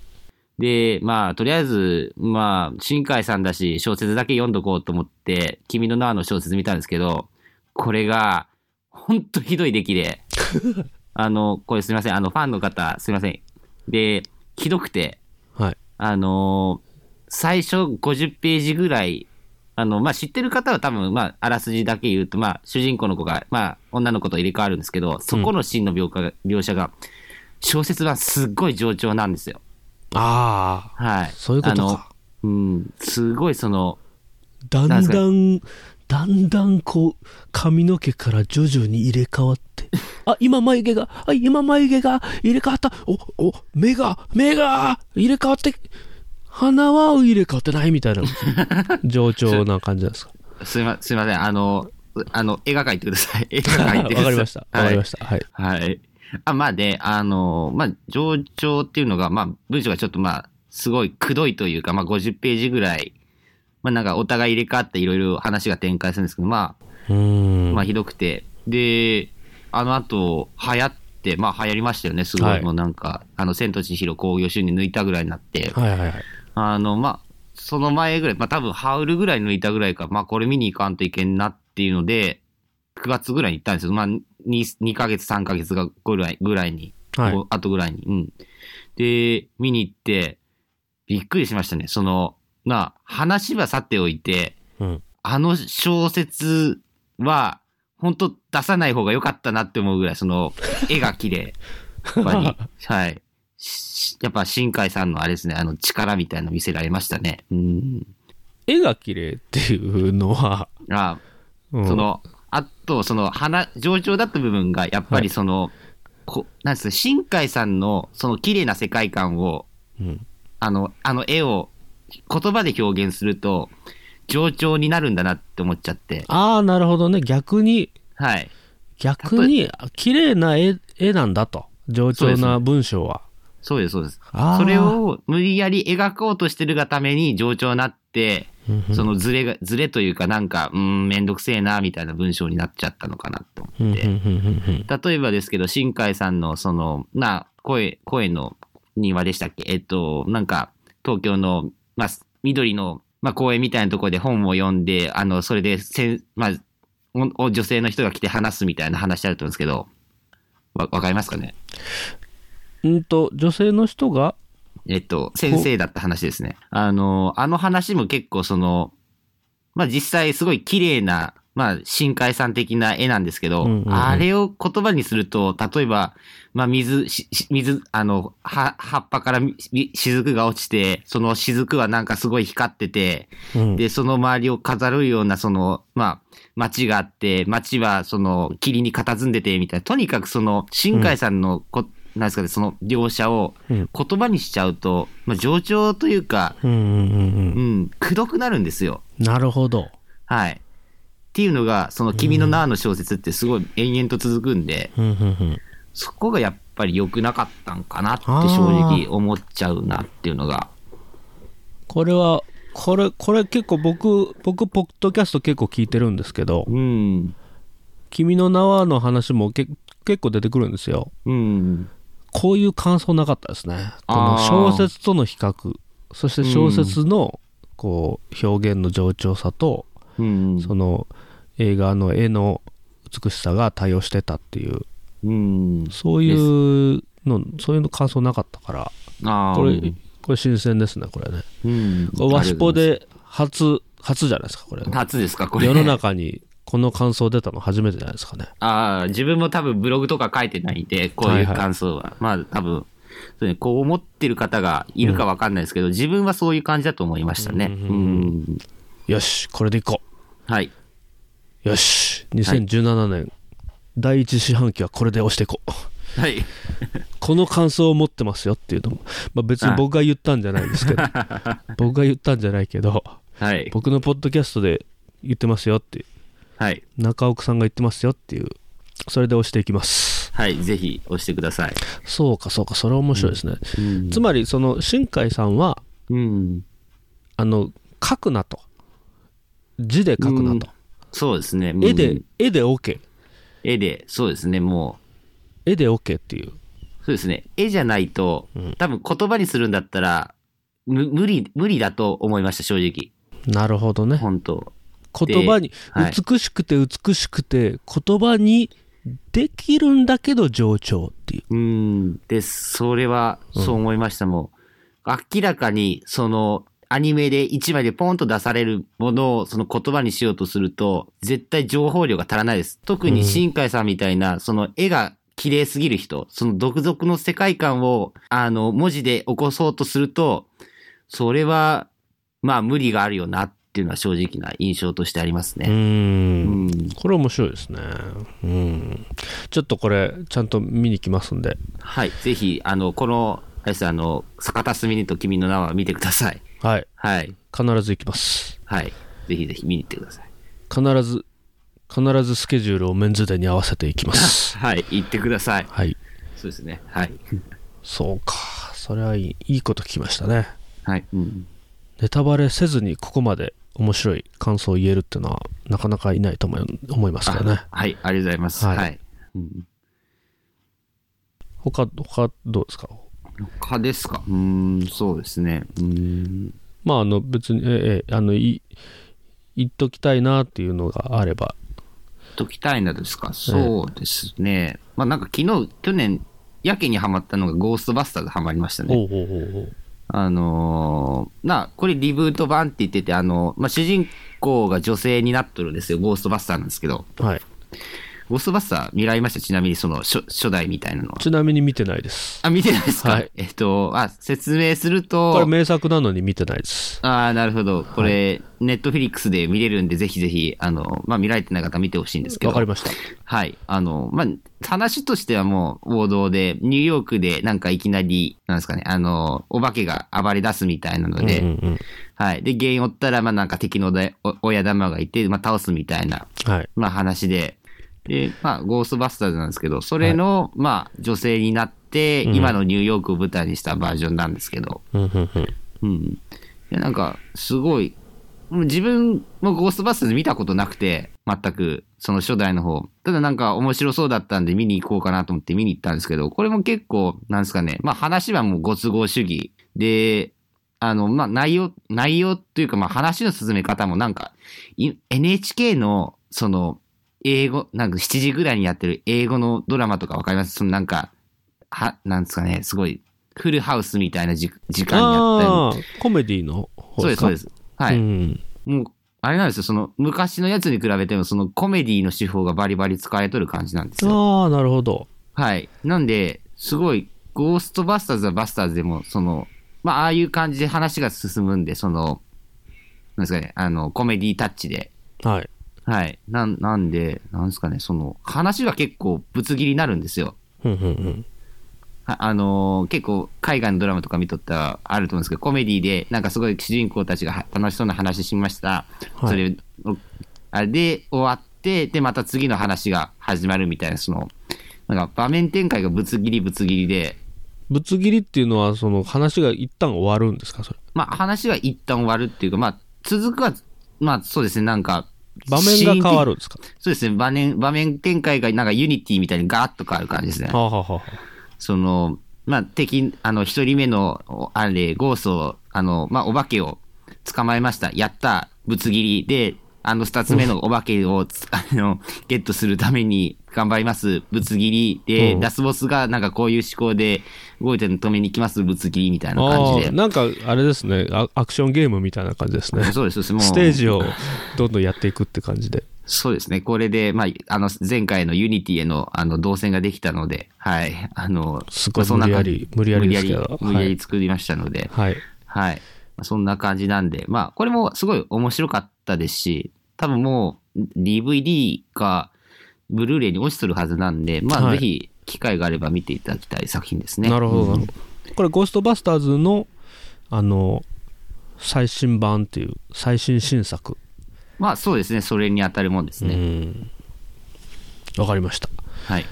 [SPEAKER 1] で、まあ、とりあえず、まあ、新海さんだし、小説だけ読んどこうと思って、君の名はの小説見たんですけど、これが、ほんとひどい出来で、あの、これすみません、あの、ファンの方、すみません。で、ひどくて、
[SPEAKER 2] はい
[SPEAKER 1] あのー最初50ページぐらい、あの、まあ、知ってる方は多分、まあ、あらすじだけ言うと、まあ、主人公の子が、まあ、女の子と入れ替わるんですけど、そこのシーンの描画が描写が、小説はすっごい冗長なんですよ。
[SPEAKER 2] ああ
[SPEAKER 1] はい。
[SPEAKER 2] そういうことか
[SPEAKER 1] あのうん、すごいその、
[SPEAKER 2] だん
[SPEAKER 1] なんす
[SPEAKER 2] だんだんだんこう髪の毛から徐々に入れ替わ ってあ今眉毛があ今眉毛が入れ替わったおお目が目が入れ替わって鼻は入れ替わってないみたい な冗長な感じなんですか
[SPEAKER 1] すいま、すいません、あの、あの、絵が描いてくだ さい。絵が
[SPEAKER 2] あ
[SPEAKER 1] 描
[SPEAKER 2] わ
[SPEAKER 1] い
[SPEAKER 2] か
[SPEAKER 1] てください。
[SPEAKER 2] りましたわかりましたはい
[SPEAKER 1] はい。はい。あ、まあで、あの、まあ、上長っていうのが、まあ、文章がちょっとまあ、すごいくどいというか、まあ、50ページぐらい、まあ、なんかお互い入れ替わっていろいろ話が展開するんですけど、まあ、
[SPEAKER 2] うーん
[SPEAKER 1] まあ、ひどくて。で、あの後、流行って、まあ、流行りましたよね、すごい。
[SPEAKER 2] はい
[SPEAKER 1] もうなんか、あの、千と千尋興行収入抜いたぐらいになって。
[SPEAKER 2] はいはいはい
[SPEAKER 1] あの、まあ、その前ぐらい、まあ、多分ハウルぐらい抜いたぐらいか、まあ、これ見に行かんといけんなっていうので、9月ぐらいに行ったんですよ。まあ、2, 2ヶ月、3ヶ月がぐらいぐらいに、
[SPEAKER 2] はい
[SPEAKER 1] あとぐらいに。うん。で、見に行って、びっくりしましたね。その、まあ、話はさておいて、
[SPEAKER 2] うん
[SPEAKER 1] あの小説は、本当出さない方が良かったなって思うぐらい、その、絵が綺麗。やっぱりはい。しやっぱ新海さんのあれですね、あの力みたいなの見せられましたね。うん。
[SPEAKER 2] 絵が綺麗っていうのは、
[SPEAKER 1] あ
[SPEAKER 2] うん
[SPEAKER 1] その、あと、その、花、上長だった部分が、やっぱりその、こなんですか新海さんのその綺麗な世界観を、
[SPEAKER 2] うん
[SPEAKER 1] あの、あの絵を言葉で表現すると、冗長になるんだなって思っちゃって。
[SPEAKER 2] ああなるほどね逆に
[SPEAKER 1] はい。
[SPEAKER 2] 逆に綺麗な絵絵なんだと冗長な文章は、
[SPEAKER 1] そうです、そうです。
[SPEAKER 2] あー
[SPEAKER 1] それを無理やり描こうとしてるがために冗長になって、
[SPEAKER 2] うんうん
[SPEAKER 1] そのズレが、ズレというかなんか、うーん、めんどくせえな、みたいな文章になっちゃったのかなと
[SPEAKER 2] うんう
[SPEAKER 1] 思
[SPEAKER 2] ん
[SPEAKER 1] っ
[SPEAKER 2] うんう
[SPEAKER 1] て。
[SPEAKER 2] ん
[SPEAKER 1] 例えばですけど、新海さんのその、な、声、声のにはでしたっけえっと、なんか、東京の、まあ、緑の、まあ、公園みたいなところで本を読んで、あの、それでせん、まあ、おお女性の人が来て話すみたいな話あると思うんですけど、わ、わかりますかね
[SPEAKER 2] うんうんと女性の人が
[SPEAKER 1] えっと、先生だった話ですね。あの、あの話も結構その、まあ、実際すごい綺麗な、まあ、深海さん的な絵なんですけど、
[SPEAKER 2] うんうんうん
[SPEAKER 1] あれを言葉にすると、例えば、まあ、水、しし水、あの、は、葉っぱからみみ雫が落ちて、その雫はなんかすごい光ってて、
[SPEAKER 2] うん
[SPEAKER 1] で、その周りを飾るような、その、まあ、街があって、街は、その、霧に佇んでて、みたいな。とにかく、その、新海さんのこ、なんですかね、その、描写を
[SPEAKER 2] うん
[SPEAKER 1] 言葉にしちゃうと、まあ、冗長というか、
[SPEAKER 2] うんうんうん
[SPEAKER 1] う
[SPEAKER 2] うん
[SPEAKER 1] ん、くどくなるんですよ。
[SPEAKER 2] なるほど
[SPEAKER 1] はい。っていうのが、その、君の名の小説ってすごい延々と続くんで、
[SPEAKER 2] うんうんうん
[SPEAKER 1] そこがやっぱり良くなかったんかなって
[SPEAKER 2] あー
[SPEAKER 1] 正直思っちゃうなっていうのが。
[SPEAKER 2] これはこれこれ結構僕僕ポッドキャスト結構聞いてるんですけど
[SPEAKER 1] うん。
[SPEAKER 2] 「君の名は」の話もけ結構出てくるんですよ
[SPEAKER 1] うん。
[SPEAKER 2] こういう感想なかったですねこ
[SPEAKER 1] あ
[SPEAKER 2] の
[SPEAKER 1] ー
[SPEAKER 2] 小説との比較そして小説のこう表現の冗長さと
[SPEAKER 1] うん。
[SPEAKER 2] その映画の絵の美しさが対応してたっていう
[SPEAKER 1] うん。
[SPEAKER 2] そういうのそういうの感想なかったから
[SPEAKER 1] ああ。
[SPEAKER 2] これこれ新鮮ですねこれね
[SPEAKER 1] うん。
[SPEAKER 2] これワシポで初初じゃないですかこれ
[SPEAKER 1] 初ですか、これ。
[SPEAKER 2] 世の中にこの感想出たの初めてじゃないですかね。
[SPEAKER 1] ああ、自分も多分ブログとか書いてないんで、こういう感想は。まあ多分、そうね、こう思ってる方がいるかわかんないですけど、自分はそういう感じだと思いましたね。うん
[SPEAKER 2] よし、これでいこ
[SPEAKER 1] はい。
[SPEAKER 2] う。よし、2017年、第一四半期はこれで押していこう。
[SPEAKER 1] はい。
[SPEAKER 2] この感想を持ってますよっていうのも、まあ、別に僕が言ったんじゃないですけ ど、僕が言ったんじゃないけど、
[SPEAKER 1] はい。
[SPEAKER 2] 僕のポッドキャストで言ってますよって、
[SPEAKER 1] はい。
[SPEAKER 2] 中奥さんが言ってますよっていう、それで押していきます。
[SPEAKER 1] はい。ぜひ押してください。
[SPEAKER 2] そうか、そうか、それは面白いですね。
[SPEAKER 1] うん。
[SPEAKER 2] つまり、その、新海さんは、
[SPEAKER 1] うん、
[SPEAKER 2] あの、書くなと。字で書くなと。
[SPEAKER 1] そうですね。うん
[SPEAKER 2] 絵で、絵で OK。
[SPEAKER 1] 絵で、そうですね。も
[SPEAKER 2] 絵で OK っていう。
[SPEAKER 1] う、そうですね。絵じゃないと、多分言葉にするんだったら、む無理、無理だと思いました、正直。
[SPEAKER 2] なるほどね。
[SPEAKER 1] 本当
[SPEAKER 2] 言葉に、
[SPEAKER 1] はい
[SPEAKER 2] 美しくて美しくて、言葉にできるんだけど冗長っていう。
[SPEAKER 1] うん。で、それは、そう思いました、もう。明らかに、その、アニメで1枚でポンと出されるものをその言葉にしようとすると、絶対情報量が足らないです。特に新海さんみたいな、その絵が綺麗すぎる人、その独属の世界観を、あの、文字で起こそうとすると、それは、まあ無理があるよなっていうのは正直な印象としてあります
[SPEAKER 2] う。
[SPEAKER 1] ね。うんん。
[SPEAKER 2] これ面白いですね。うん。ちょっとこれ、ちゃんと見に来ますんで。
[SPEAKER 1] はい。ぜひ、あの、この、あれですあの、坂田すみれと君の名は見てください。
[SPEAKER 2] はい。
[SPEAKER 1] はい。
[SPEAKER 2] 必ず行きます。
[SPEAKER 1] はい。ぜひぜひ見に行ってください。
[SPEAKER 2] 必ず、必ずスケジュールをメンズデーに合わせていき ます。
[SPEAKER 1] はい。行ってください。
[SPEAKER 2] はい。
[SPEAKER 1] そうですね。はい。
[SPEAKER 2] そうか。それはいい、いいこと聞きましたね。
[SPEAKER 1] はい。うん。
[SPEAKER 2] ネタバレせずにここまで面白い感想を言えるっていうのはなかなかいないと思い思いますけどね。
[SPEAKER 1] はい。ありがとうございます。
[SPEAKER 2] は
[SPEAKER 1] はいい。うん、
[SPEAKER 2] 他、他どうですか
[SPEAKER 1] 他ですかうーん、そうですね。うーん。
[SPEAKER 2] まああの別に、ええええ、あの、い言っときたいなっていうのがあれば。
[SPEAKER 1] ときたいなですかそうですね。まあなんか昨日、去年、やけにハマったのがゴーストバスターズハマりましたね。
[SPEAKER 2] うおうおう
[SPEAKER 1] あのーな、これリブート版って言ってて、あの、まあ主人公が女性になっとるんですよ。ゴーストバスターなんですけど。
[SPEAKER 2] おうはい。
[SPEAKER 1] ゴーストバスター見られましたちなみにその初初代みたいなのは。
[SPEAKER 2] ちなみに見てないです。
[SPEAKER 1] あ、見てないですか、
[SPEAKER 2] はい
[SPEAKER 1] えっと、あ、説明する
[SPEAKER 2] これ
[SPEAKER 1] と、
[SPEAKER 2] 名作なのに見てないです。
[SPEAKER 1] ああ、なるほど。これ、ネットフィリックスで見れるんで、ぜひぜひ、あの、まあ、見られてない方は見てほしいんですけ
[SPEAKER 2] わ
[SPEAKER 1] ど
[SPEAKER 2] かり。ました。
[SPEAKER 1] はい。あの、まあ、話としてはもう王道で、ニューヨークでなんかいきなり、なんですかね、あの、お化けが暴れ出すみたいなので、
[SPEAKER 2] うんうん
[SPEAKER 1] はい。で、原因追ったら、まあ、なんか敵のだお親玉がいて、まあ、倒すみたいな、
[SPEAKER 2] うん。はい。
[SPEAKER 1] まあ、話で、で、まあ、ゴーストバスターズなんですけど、それの、まあ、女性になって、
[SPEAKER 2] うん
[SPEAKER 1] 今のニューヨークを舞台にしたバージョンなんですけど、
[SPEAKER 2] うんうんうん。
[SPEAKER 1] うん。いや、なんか、すごい、もう自分もゴーストバスターズ見たことなくて、全く、その初代の方。ただなんか面白そうだったんで見に行こうかなと思って見に行ったんですけど、これも結構、なんですかね、まあ話はもうご都合主義で、あの、まあ内容、内容というかまあ話の進め方もなんか、い NHK の、その、英語、なんか7時ぐらいにやってる英語のドラマとかわかりますそのなんか、は、なんですかね、すごい、フルハウスみたいなじ時間にやったり
[SPEAKER 2] ああ、コメディの方
[SPEAKER 1] そうです、そうですす。は
[SPEAKER 2] か。
[SPEAKER 1] い。
[SPEAKER 2] うん
[SPEAKER 1] もう、あれなんですよ、その、昔のやつに比べても、そのコメディの手法がバリバリ使われとる感じなんですよ。
[SPEAKER 2] ああ、なるほど。
[SPEAKER 1] はい。なんで、すごい、ゴーストバスターズはバスターズでも、その、まあ、ああいう感じで話が進むんで、その、なんですかね、あの、コメディタッチで。
[SPEAKER 2] はい。
[SPEAKER 1] はい。なん、なんで、なんですかね、その、話が結構ぶつ切りになるんですよ。
[SPEAKER 2] うんうんうん。
[SPEAKER 1] ああのー結構海外のドラマとか見とったらあると思うんですけど、コメディで、なんかすごい主人公たちがは楽しそうな話しました。
[SPEAKER 2] はい
[SPEAKER 1] それをあれで終わって、で、また次の話が始まるみたいな、その、なんか場面展開がぶつ切りぶつ切りで、
[SPEAKER 2] ぶつ切りっていうのは、その話が一旦終わるんですか、それ。
[SPEAKER 1] まあ話は一旦終わるっていうか、まあ続くは、まあそうですね、なんか、
[SPEAKER 2] 場面が変わ
[SPEAKER 1] る。
[SPEAKER 2] るんですか。
[SPEAKER 1] そうですね、場面、場面展開がなんかユニティみたいにガーッと変わる感じですね。
[SPEAKER 2] はあ、はあはあ、
[SPEAKER 1] その、まあ、敵、あの、一人目の、おあれ、ゴーストを、あの、まあ、お化けを捕まえました。やった、ぶつ切り。で、あの、二つ目のお化けをつ、 あの、ゲットするために頑張ります。ぶつ切り。で、
[SPEAKER 2] うん
[SPEAKER 1] ラスボスがなんかこういう思考で動いてるの止めに行きます。ぶつ切りみたいな
[SPEAKER 2] あ
[SPEAKER 1] 感じで。
[SPEAKER 2] ーなんかあれですねアアクションゲームみたいな感じですね
[SPEAKER 1] そうです、そうです。
[SPEAKER 2] ステージをどんどんやっていくって感じで
[SPEAKER 1] そうですね。これで、まあ、あの、前回のユニティへの、あの、動線ができたので、はい。あの、
[SPEAKER 2] すご
[SPEAKER 1] ま
[SPEAKER 2] い
[SPEAKER 1] あそんな感じ
[SPEAKER 2] 無理やり無理やりですけ
[SPEAKER 1] 無
[SPEAKER 2] ど
[SPEAKER 1] 理やり無理やり作りましたので、
[SPEAKER 2] はい
[SPEAKER 1] はい。まあそんな感じなんで、まあ、これもすごい面白かったですし、多分もう DVD か、ブルーレイに落ちてるはずなんで、まあ、
[SPEAKER 2] はい
[SPEAKER 1] ぜひ、機会があれば見ていただきたい作品ですね。
[SPEAKER 2] なるほどな
[SPEAKER 1] う
[SPEAKER 2] る
[SPEAKER 1] ん
[SPEAKER 2] ほど、これ「ゴーストバスターズの」あの最新版っていう最新新作
[SPEAKER 1] まあ、そうですね。それに当たるもんです
[SPEAKER 2] う
[SPEAKER 1] ね。
[SPEAKER 2] んわかりました
[SPEAKER 1] はい。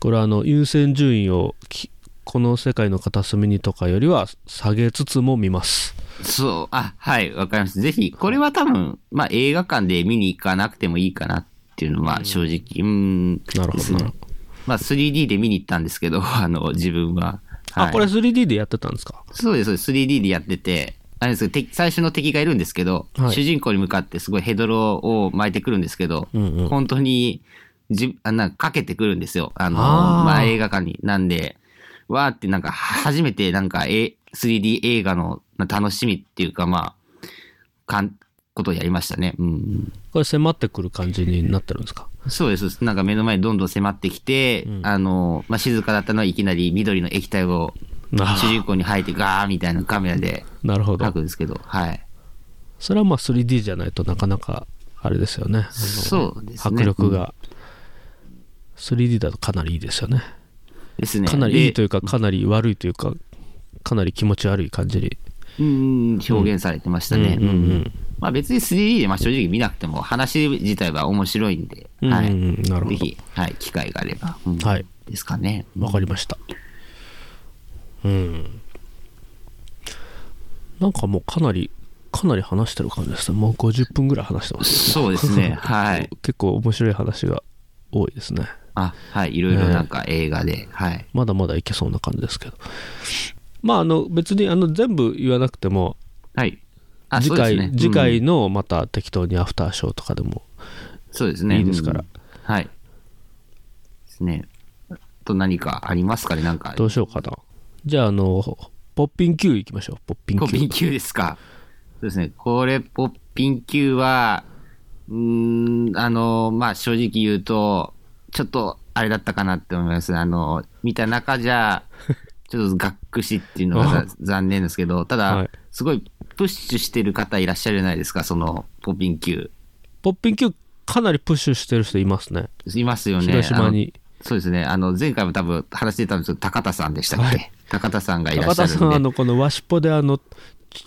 [SPEAKER 2] これはあの優先順位をきこの世界の片隅にとかよりは下げつつも見ます
[SPEAKER 1] そう、あ、はい、わかりました。ぜひ、これは多分、まあ、映画館で見に行かなくてもいいかなっていうのは、正直、うーん、
[SPEAKER 2] なるほ
[SPEAKER 1] です
[SPEAKER 2] どな
[SPEAKER 1] ね
[SPEAKER 2] るほど、
[SPEAKER 1] まあ、3D で見に行ったんですけど、 あの、自分は。は
[SPEAKER 2] あ
[SPEAKER 1] い
[SPEAKER 2] これ 3D でやってたんですか
[SPEAKER 1] そうです、そうです。3D でやってて、あれですけど、敵最初の敵がいるんですけど、
[SPEAKER 2] はい
[SPEAKER 1] 主人公に向かってすごいヘドロを巻いてくるんですけど、
[SPEAKER 2] うんうん
[SPEAKER 1] 本当に、じ、あなんかかけてくるんですよ。あの、
[SPEAKER 2] あー
[SPEAKER 1] まあ、映画館に。なんで、わーってなんか、初めてなんか、え 3D 映画のな楽しみっていうか、まあ、かん、ことをやりましたね。うんうん。
[SPEAKER 2] これ迫ってくる感じになってるんで すか
[SPEAKER 1] そうです。なんか目の前にどんどん迫ってきて、
[SPEAKER 2] うん
[SPEAKER 1] あの、まあ、静かだったのはいきなり緑の液体を
[SPEAKER 2] な
[SPEAKER 1] 主人公に吐いてガーみたいなカメラで
[SPEAKER 2] なるほ
[SPEAKER 1] 吐
[SPEAKER 2] ど
[SPEAKER 1] くんですけど、はい。
[SPEAKER 2] それはまあ 3D じゃないとなかなかあれですよね
[SPEAKER 1] そうですね。
[SPEAKER 2] 迫力が 3D だとかなりいいですよね
[SPEAKER 1] ですね。
[SPEAKER 2] かなりいい
[SPEAKER 1] で
[SPEAKER 2] というかかなり悪いというかかなり気持ち悪い感じに
[SPEAKER 1] うーん、表現されてましたね。
[SPEAKER 2] うんうんうん
[SPEAKER 1] まあ別に 3D でまあ正直見なくても話自体は面白いんで、
[SPEAKER 2] うん
[SPEAKER 1] はい。
[SPEAKER 2] うんうんなるほ
[SPEAKER 1] ぜ
[SPEAKER 2] ど
[SPEAKER 1] ひ、はい、機会があれば、うん
[SPEAKER 2] はい
[SPEAKER 1] ですかね。
[SPEAKER 2] わかりましたうんなんかもうかなりかなり話してる感じですねもう50分ぐらい話してます
[SPEAKER 1] そうです ね。はい。
[SPEAKER 2] 結構面白い話が多いですね
[SPEAKER 1] あ、はい。いろいろなんか映画で、はい。
[SPEAKER 2] まだまだいけそうな感じですけど。まあ、あの別にあの全部言わなくても、
[SPEAKER 1] はい。あ、
[SPEAKER 2] 次
[SPEAKER 1] そう
[SPEAKER 2] 回、
[SPEAKER 1] ですね。
[SPEAKER 2] 次
[SPEAKER 1] うん
[SPEAKER 2] 回のまた適当にアフターショーとかでも、
[SPEAKER 1] そうですね。
[SPEAKER 2] いいですから
[SPEAKER 1] うん。はい。ですね。あと何かありますかねなんか。
[SPEAKER 2] どうしようかな。じゃあ、あの、ポッピン Q いきましょう、ポッピン
[SPEAKER 1] ポ
[SPEAKER 2] Q。
[SPEAKER 1] ッピン級ですか。そうですね。これ、ポッピン級は、うーん、あの、まあ、正直言うと、ちょっと、あれだったかなって思います。あの、見た中じ ゃ、ちょっとがっくしっていうのが残念ですけど、ただ、
[SPEAKER 2] はい
[SPEAKER 1] すごいプッシュしてる方いらっしゃるじゃないですか、その、ポピン級。
[SPEAKER 2] ポッピン Q かなりプッシュしてる人いますね
[SPEAKER 1] いますよね。
[SPEAKER 2] 広島に
[SPEAKER 1] あの。そうですね。あの、前回も多分話してたんですけど、高田さんでしたっけ、高田さんがいら
[SPEAKER 2] 高
[SPEAKER 1] っしゃ
[SPEAKER 2] 田
[SPEAKER 1] る
[SPEAKER 2] さんあ
[SPEAKER 1] んで。
[SPEAKER 2] のこのワシポであの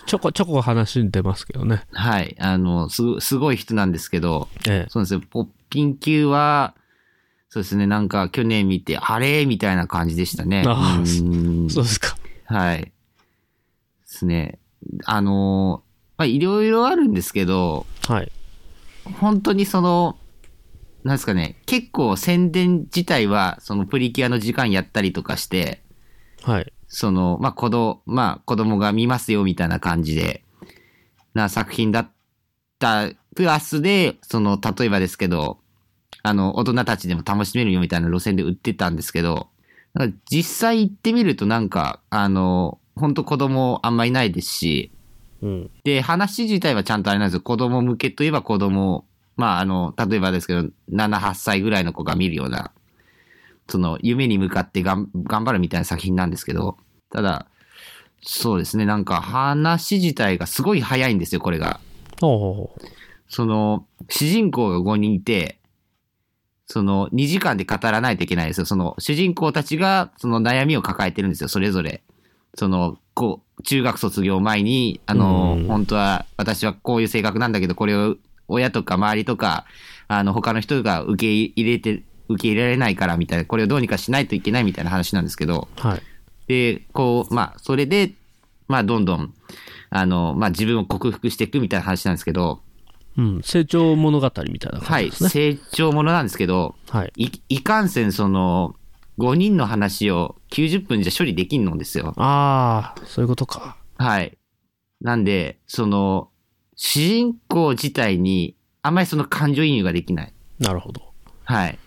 [SPEAKER 2] ちょこちょこ話に出ますけどね
[SPEAKER 1] はい。あの、す、すごい人なんですけど、
[SPEAKER 2] ええ
[SPEAKER 1] そうですね。ポッピン級は、そうですね。なんか去年見て、あれみたいな感じでしたね。
[SPEAKER 2] あー
[SPEAKER 1] うん
[SPEAKER 2] そうですか
[SPEAKER 1] はい。ですね。あのーまあ、いろいろあるんですけど、
[SPEAKER 2] はい
[SPEAKER 1] 本当にその、なんですかね、結構宣伝自体は、そのプリキュアの時間やったりとかして、
[SPEAKER 2] はい
[SPEAKER 1] その、まあ、子供、まあ、子供が見ますよ、みたいな感じで、な作品だった、プラスで、その、例えばですけど、あの、大人たちでも楽しめるよ、みたいな路線で売ってたんですけど、なんか実際行ってみるとなんか、あの、本当子供あんまいないですし、
[SPEAKER 2] うん
[SPEAKER 1] で、話自体はちゃんとあれなんですよ。子供向けといえば子供、まあ、あの、例えばですけど、7、8歳ぐらいの子が見るような、その、夢に向かってがん頑張るみたいな作品なんですけど、ただ、そうですね、なんか話自体がすごい早いんですよ、これが。
[SPEAKER 2] ほうほうほう
[SPEAKER 1] その、主人公が5人いて、その、2時間で語らないといけないんですよ。その、主人公たちが、その悩みを抱えてるんですよ、それぞれ。その、こう、中学卒業前に、あの、
[SPEAKER 2] うん
[SPEAKER 1] 本当は、私はこういう性格なんだけど、これを、親とか周りとか、あの、他の人が受け入れて、受け入れられないから、みたいな、これをどうにかしないといけないみたいな話なんですけど、
[SPEAKER 2] はい
[SPEAKER 1] で、こう、まあ、それで、まあ、どんどん、あの、まあ、自分を克服していくみたいな話なんですけど、
[SPEAKER 2] うん、成長物語みたいな
[SPEAKER 1] は
[SPEAKER 2] 感じ
[SPEAKER 1] い、
[SPEAKER 2] ですね。
[SPEAKER 1] 成長ものなんですけど、
[SPEAKER 2] はい。
[SPEAKER 1] い、いかんせん、その、5人の話を90分じゃ処理できんのですよ。
[SPEAKER 2] ああ、そういうことか。
[SPEAKER 1] はい。なんで、その、主人公自体に、あんまりその感情移入ができない。
[SPEAKER 2] なるほど。
[SPEAKER 1] はい。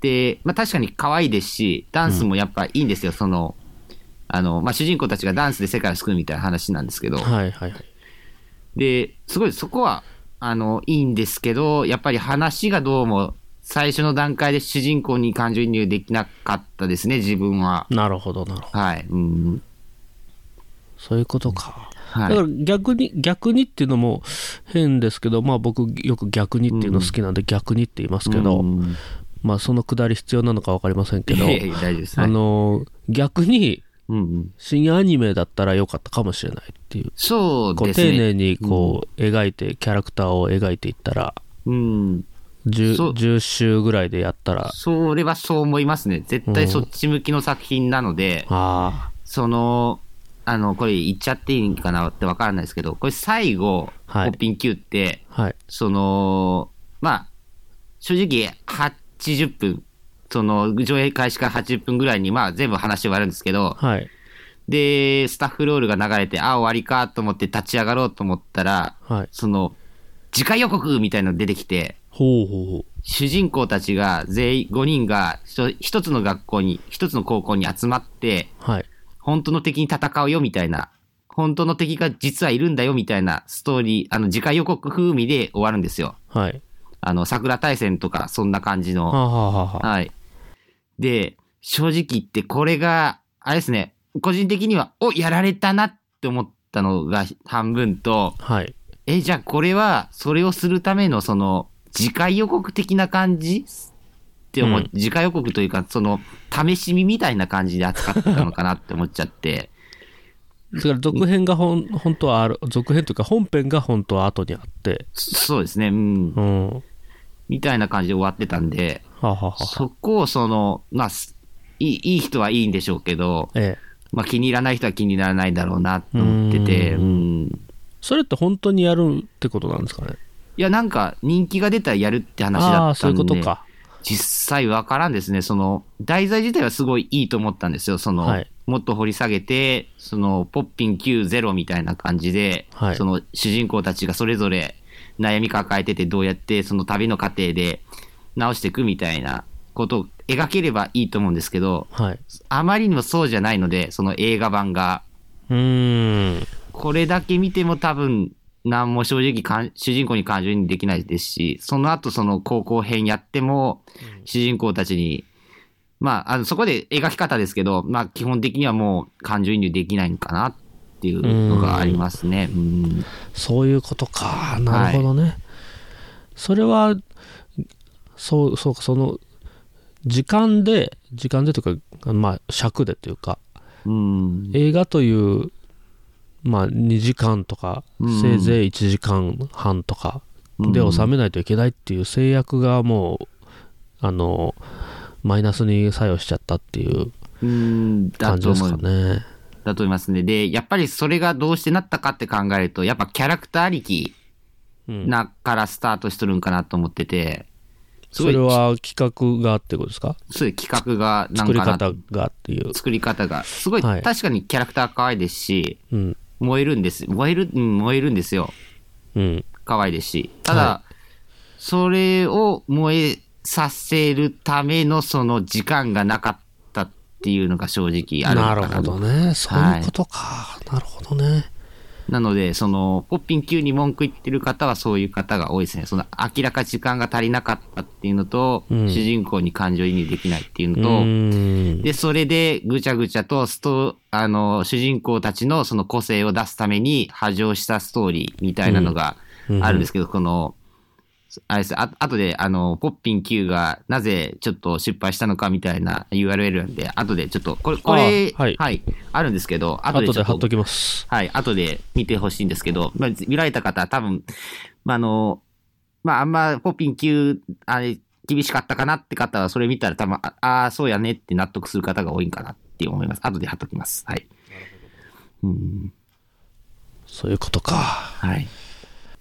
[SPEAKER 1] で、まあ確かに可愛いですし、ダンスもやっぱいいんですよ、その、あの、まあ主人公たちがダンスで世界を救うみたいな話なんですけど、
[SPEAKER 2] はいはいはい。
[SPEAKER 1] で、すごいそこは、あの、いいんですけど、やっぱり話がどうも、最初の段階で主人公に感情移入できなかったですね、自分は。
[SPEAKER 2] なるほどなるほど。
[SPEAKER 1] はい。うん。
[SPEAKER 2] そういうことか。
[SPEAKER 1] は
[SPEAKER 2] だか
[SPEAKER 1] い。
[SPEAKER 2] ら逆に、逆にっていうのも変ですけど、まあ僕よく逆にっていうの好きなんで逆にって言いますけど、
[SPEAKER 1] うん
[SPEAKER 2] まあそのくだり必要なのか分かりませんけ
[SPEAKER 1] い
[SPEAKER 2] ど、
[SPEAKER 1] やいや大丈夫です。
[SPEAKER 2] あ
[SPEAKER 1] はい
[SPEAKER 2] のー、逆に
[SPEAKER 1] うんうん、
[SPEAKER 2] 新アニメだったら良かったかもしれないっていう。
[SPEAKER 1] そう
[SPEAKER 2] こう
[SPEAKER 1] です
[SPEAKER 2] 丁
[SPEAKER 1] ね。
[SPEAKER 2] 寧にこう描いて、キャラクターを描いていったら、
[SPEAKER 1] うん。そう
[SPEAKER 2] 10, 10週ぐらいでやったら、
[SPEAKER 1] それはそう思いますね。絶対そっち向きの作品なので、
[SPEAKER 2] あ
[SPEAKER 1] その、あの、これ言っちゃっていいんかなってわからないですけど、これ最後、
[SPEAKER 2] はい
[SPEAKER 1] ポッピン Q って、
[SPEAKER 2] あ、はい。
[SPEAKER 1] その、まあ、正直80分、その上映開始から80分ぐらいに、まあ全部話終わるんですけど、
[SPEAKER 2] はい。
[SPEAKER 1] で、スタッフロールが流れて、あ、終わりかと思って立ち上がろうと思ったら、
[SPEAKER 2] はい。
[SPEAKER 1] その、次回予告みたいなの出てきて、
[SPEAKER 2] ほうほうほ
[SPEAKER 1] 主人公たちが全員5人がひと一つの学校に、一つの高校に集まって、
[SPEAKER 2] う。はい。
[SPEAKER 1] 本当の敵に戦うよみたいな、本当の敵が実はいるんだよみたいなストーリー、あの次回予告風味で終わるんですよ。
[SPEAKER 2] はい。
[SPEAKER 1] あの、桜大戦とか、そんな感じ
[SPEAKER 2] は
[SPEAKER 1] の。
[SPEAKER 2] あ、はあはあはあ、
[SPEAKER 1] はい。で、正直言って、これが、あれですね、個人的には、お、やられたなって思ったのが半分と、
[SPEAKER 2] はい。
[SPEAKER 1] え、じゃあこれは、それをするための、その、次回予告的な感じって思う、
[SPEAKER 2] うん
[SPEAKER 1] 次回予告というか、その、試し見みたいな感じで扱ってたのかなって思っちゃって、
[SPEAKER 2] だから続編がほん本当はある、続編というか本編が本当は後にあって、
[SPEAKER 1] そそうですね、うん
[SPEAKER 2] う、ん。は
[SPEAKER 1] みたいな感じで終わってたんで、
[SPEAKER 2] あ、はあはあ、
[SPEAKER 1] そこをその、まあ、すいいいい人はいいんでしょうけど、
[SPEAKER 2] ええ。
[SPEAKER 1] まあ、気に入らない人は気にならないだろうなと思ってて、
[SPEAKER 2] う
[SPEAKER 1] うん。
[SPEAKER 2] それって本当にやるってことなんですかね。
[SPEAKER 1] いや、なんか人気が出たらやるって話
[SPEAKER 2] あ
[SPEAKER 1] だ
[SPEAKER 2] あ、
[SPEAKER 1] った
[SPEAKER 2] そうんいう
[SPEAKER 1] で、
[SPEAKER 2] ことか。
[SPEAKER 1] 実際わからんですね。その、題材自体はすごいいいと思ったんですよ。その、
[SPEAKER 2] はい
[SPEAKER 1] もっと掘り下げて、その、ポッピン90みたいな感じで、
[SPEAKER 2] はい
[SPEAKER 1] その、主人公たちがそれぞれ悩み抱えてて、どうやってその旅の過程で直していくみたいなことを描ければいいと思うんですけど、
[SPEAKER 2] はい。
[SPEAKER 1] あまりにもそうじゃないので、その映画版が。
[SPEAKER 2] うーん。
[SPEAKER 1] これだけ見ても多分何も正直かん主人公に感情にできないですし、その後その高校編やっても、主人公たちに、まあ、あの、そこで描き方ですけど、まあ、基本的にはもう感情移入できないのかなっていうのがありますね。うん。
[SPEAKER 2] そういうことか。なるほどね。それは、そう、そうか、その、時間で、時間でというか、まあ、尺でというか、
[SPEAKER 1] うん。
[SPEAKER 2] 映画という、まあ、2時間とか、
[SPEAKER 1] うん
[SPEAKER 2] せいぜい1時間半とかで収めないといけないっていう制約がもう、あの、マイナスに作用しちゃったっていう
[SPEAKER 1] うん、だ
[SPEAKER 2] 感じ
[SPEAKER 1] と
[SPEAKER 2] です
[SPEAKER 1] 思
[SPEAKER 2] か
[SPEAKER 1] う。
[SPEAKER 2] ね。
[SPEAKER 1] だと思いますね。で、やっぱりそれがどうしてなったかって考えると、やっぱキャラクターありき
[SPEAKER 2] うん、
[SPEAKER 1] なからスタートしとるんかなと思ってて、す
[SPEAKER 2] そ
[SPEAKER 1] ごい
[SPEAKER 2] れは企画がってことですか
[SPEAKER 1] そういう企画がなん
[SPEAKER 2] 作り
[SPEAKER 1] かな
[SPEAKER 2] 方がっていう。
[SPEAKER 1] 作り方が。すごい、
[SPEAKER 2] はい
[SPEAKER 1] 確かにキャラクター可愛いですし、
[SPEAKER 2] うん。
[SPEAKER 1] 燃えるんです。燃える、うん、燃えるんですよ。
[SPEAKER 2] うん。
[SPEAKER 1] 可愛いですし。ただ、それを燃えさせるためのその時間がなかったっていうのが正直あるの
[SPEAKER 2] な
[SPEAKER 1] か
[SPEAKER 2] る
[SPEAKER 1] な
[SPEAKER 2] ほどね。そういうことか。なるほどね。
[SPEAKER 1] なので、その、ポッピン級に文句言ってる方はそういう方が多いですね。その、明らか時間が足りなかったっていうのと、
[SPEAKER 2] うん
[SPEAKER 1] 主人公に感情移入できないっていう
[SPEAKER 2] う
[SPEAKER 1] のと、
[SPEAKER 2] ーん。
[SPEAKER 1] で、それでぐちゃぐちゃとスト、あの、主人公たちのその個性を出すために波状したストーリーみたいなのが
[SPEAKER 2] うん
[SPEAKER 1] あるんですけど、この、あれです、あ後で、あの、ポッピン Q がなぜちょっと失敗したのかみたいな URL なんで、後でちょっと、これ、これ、
[SPEAKER 2] あはい
[SPEAKER 1] あるんですけど、後で
[SPEAKER 2] 後
[SPEAKER 1] ちょ
[SPEAKER 2] で
[SPEAKER 1] っと
[SPEAKER 2] 貼っときます。
[SPEAKER 1] はい、後で見てほしいんですけど、まあ、見られた方は多分、まあ、あの、まあ、あんまポピン級、あれ、厳しかったかなって方は、それ見たら多分、ああー、そうやねって納得する方が多いんかなって思います。後で貼っときます。はい。うん。
[SPEAKER 2] そういうことか。
[SPEAKER 1] はい。。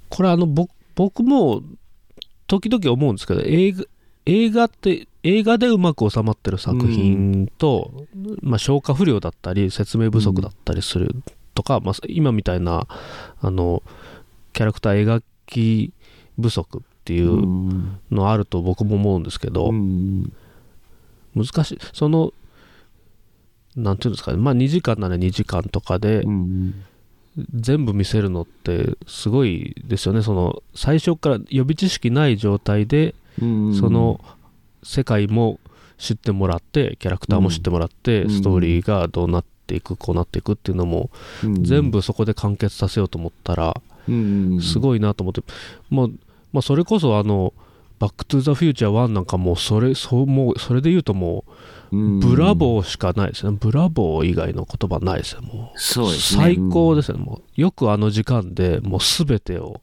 [SPEAKER 2] これあの、僕、僕も、時々思うんですけど、映画、映画って、映画でうまく収まってる作品と、まあ、消化不良だったり、説明不足だったりするとか、まあ、今みたいな、あの、キャラクター描き不足っていううんのあると僕も思うんですけ
[SPEAKER 1] う
[SPEAKER 2] ど、
[SPEAKER 1] ん
[SPEAKER 2] 難しいそのなんていうんですかねまあ2時間なら2時間とかで
[SPEAKER 1] うん。
[SPEAKER 2] 全部見せるのってすごいですよねその最初から予備知識ない状態で
[SPEAKER 1] うん
[SPEAKER 2] そ、の世界も知ってもらってキャラクターも知ってもらって、
[SPEAKER 1] うん
[SPEAKER 2] ストーリーがどうなっていくこうなっていくっていうのも全部そこで完結させようと思ったら
[SPEAKER 1] 部
[SPEAKER 2] すごいなと思って、まあ、まあそれこそあの「バック・トゥ・ザ・フューチャー1」なんかもうそれそうもうそれで言うともう
[SPEAKER 1] うん、
[SPEAKER 2] ブラボーしかないですね。ブラボー以外の言葉ないですね。も
[SPEAKER 1] ー。そう
[SPEAKER 2] う
[SPEAKER 1] ですね。
[SPEAKER 2] 最高
[SPEAKER 1] で
[SPEAKER 2] ですね。もうよくあの時間でもう全てを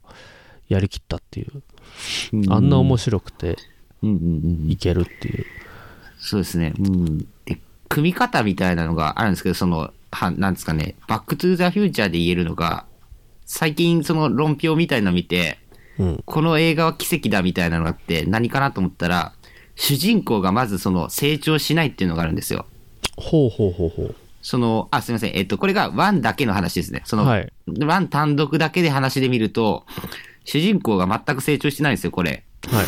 [SPEAKER 2] やりきったっていう。
[SPEAKER 1] す。
[SPEAKER 2] あんな面白くて
[SPEAKER 1] うんうんうん
[SPEAKER 2] いけるっていう。
[SPEAKER 1] そうですね。うん。で、組み方みたいなのがあるんですけど、その、はなんですかね、バックトゥーザフューチャーで言えるのが、最近その論評みたいなの見て、
[SPEAKER 2] うん。
[SPEAKER 1] この映画は奇跡だみたいなのがあって、何かなと思ったら、主人公がまずその成長しないっていうのがあるんですよ。
[SPEAKER 2] ほうほうほうほう。
[SPEAKER 1] その、あ、すみません。えっと、これがワンだけの話ですね。その、
[SPEAKER 2] はい
[SPEAKER 1] ワン単独だけで話で見ると、主人公が全く成長してないんですよ、これ。
[SPEAKER 2] はい。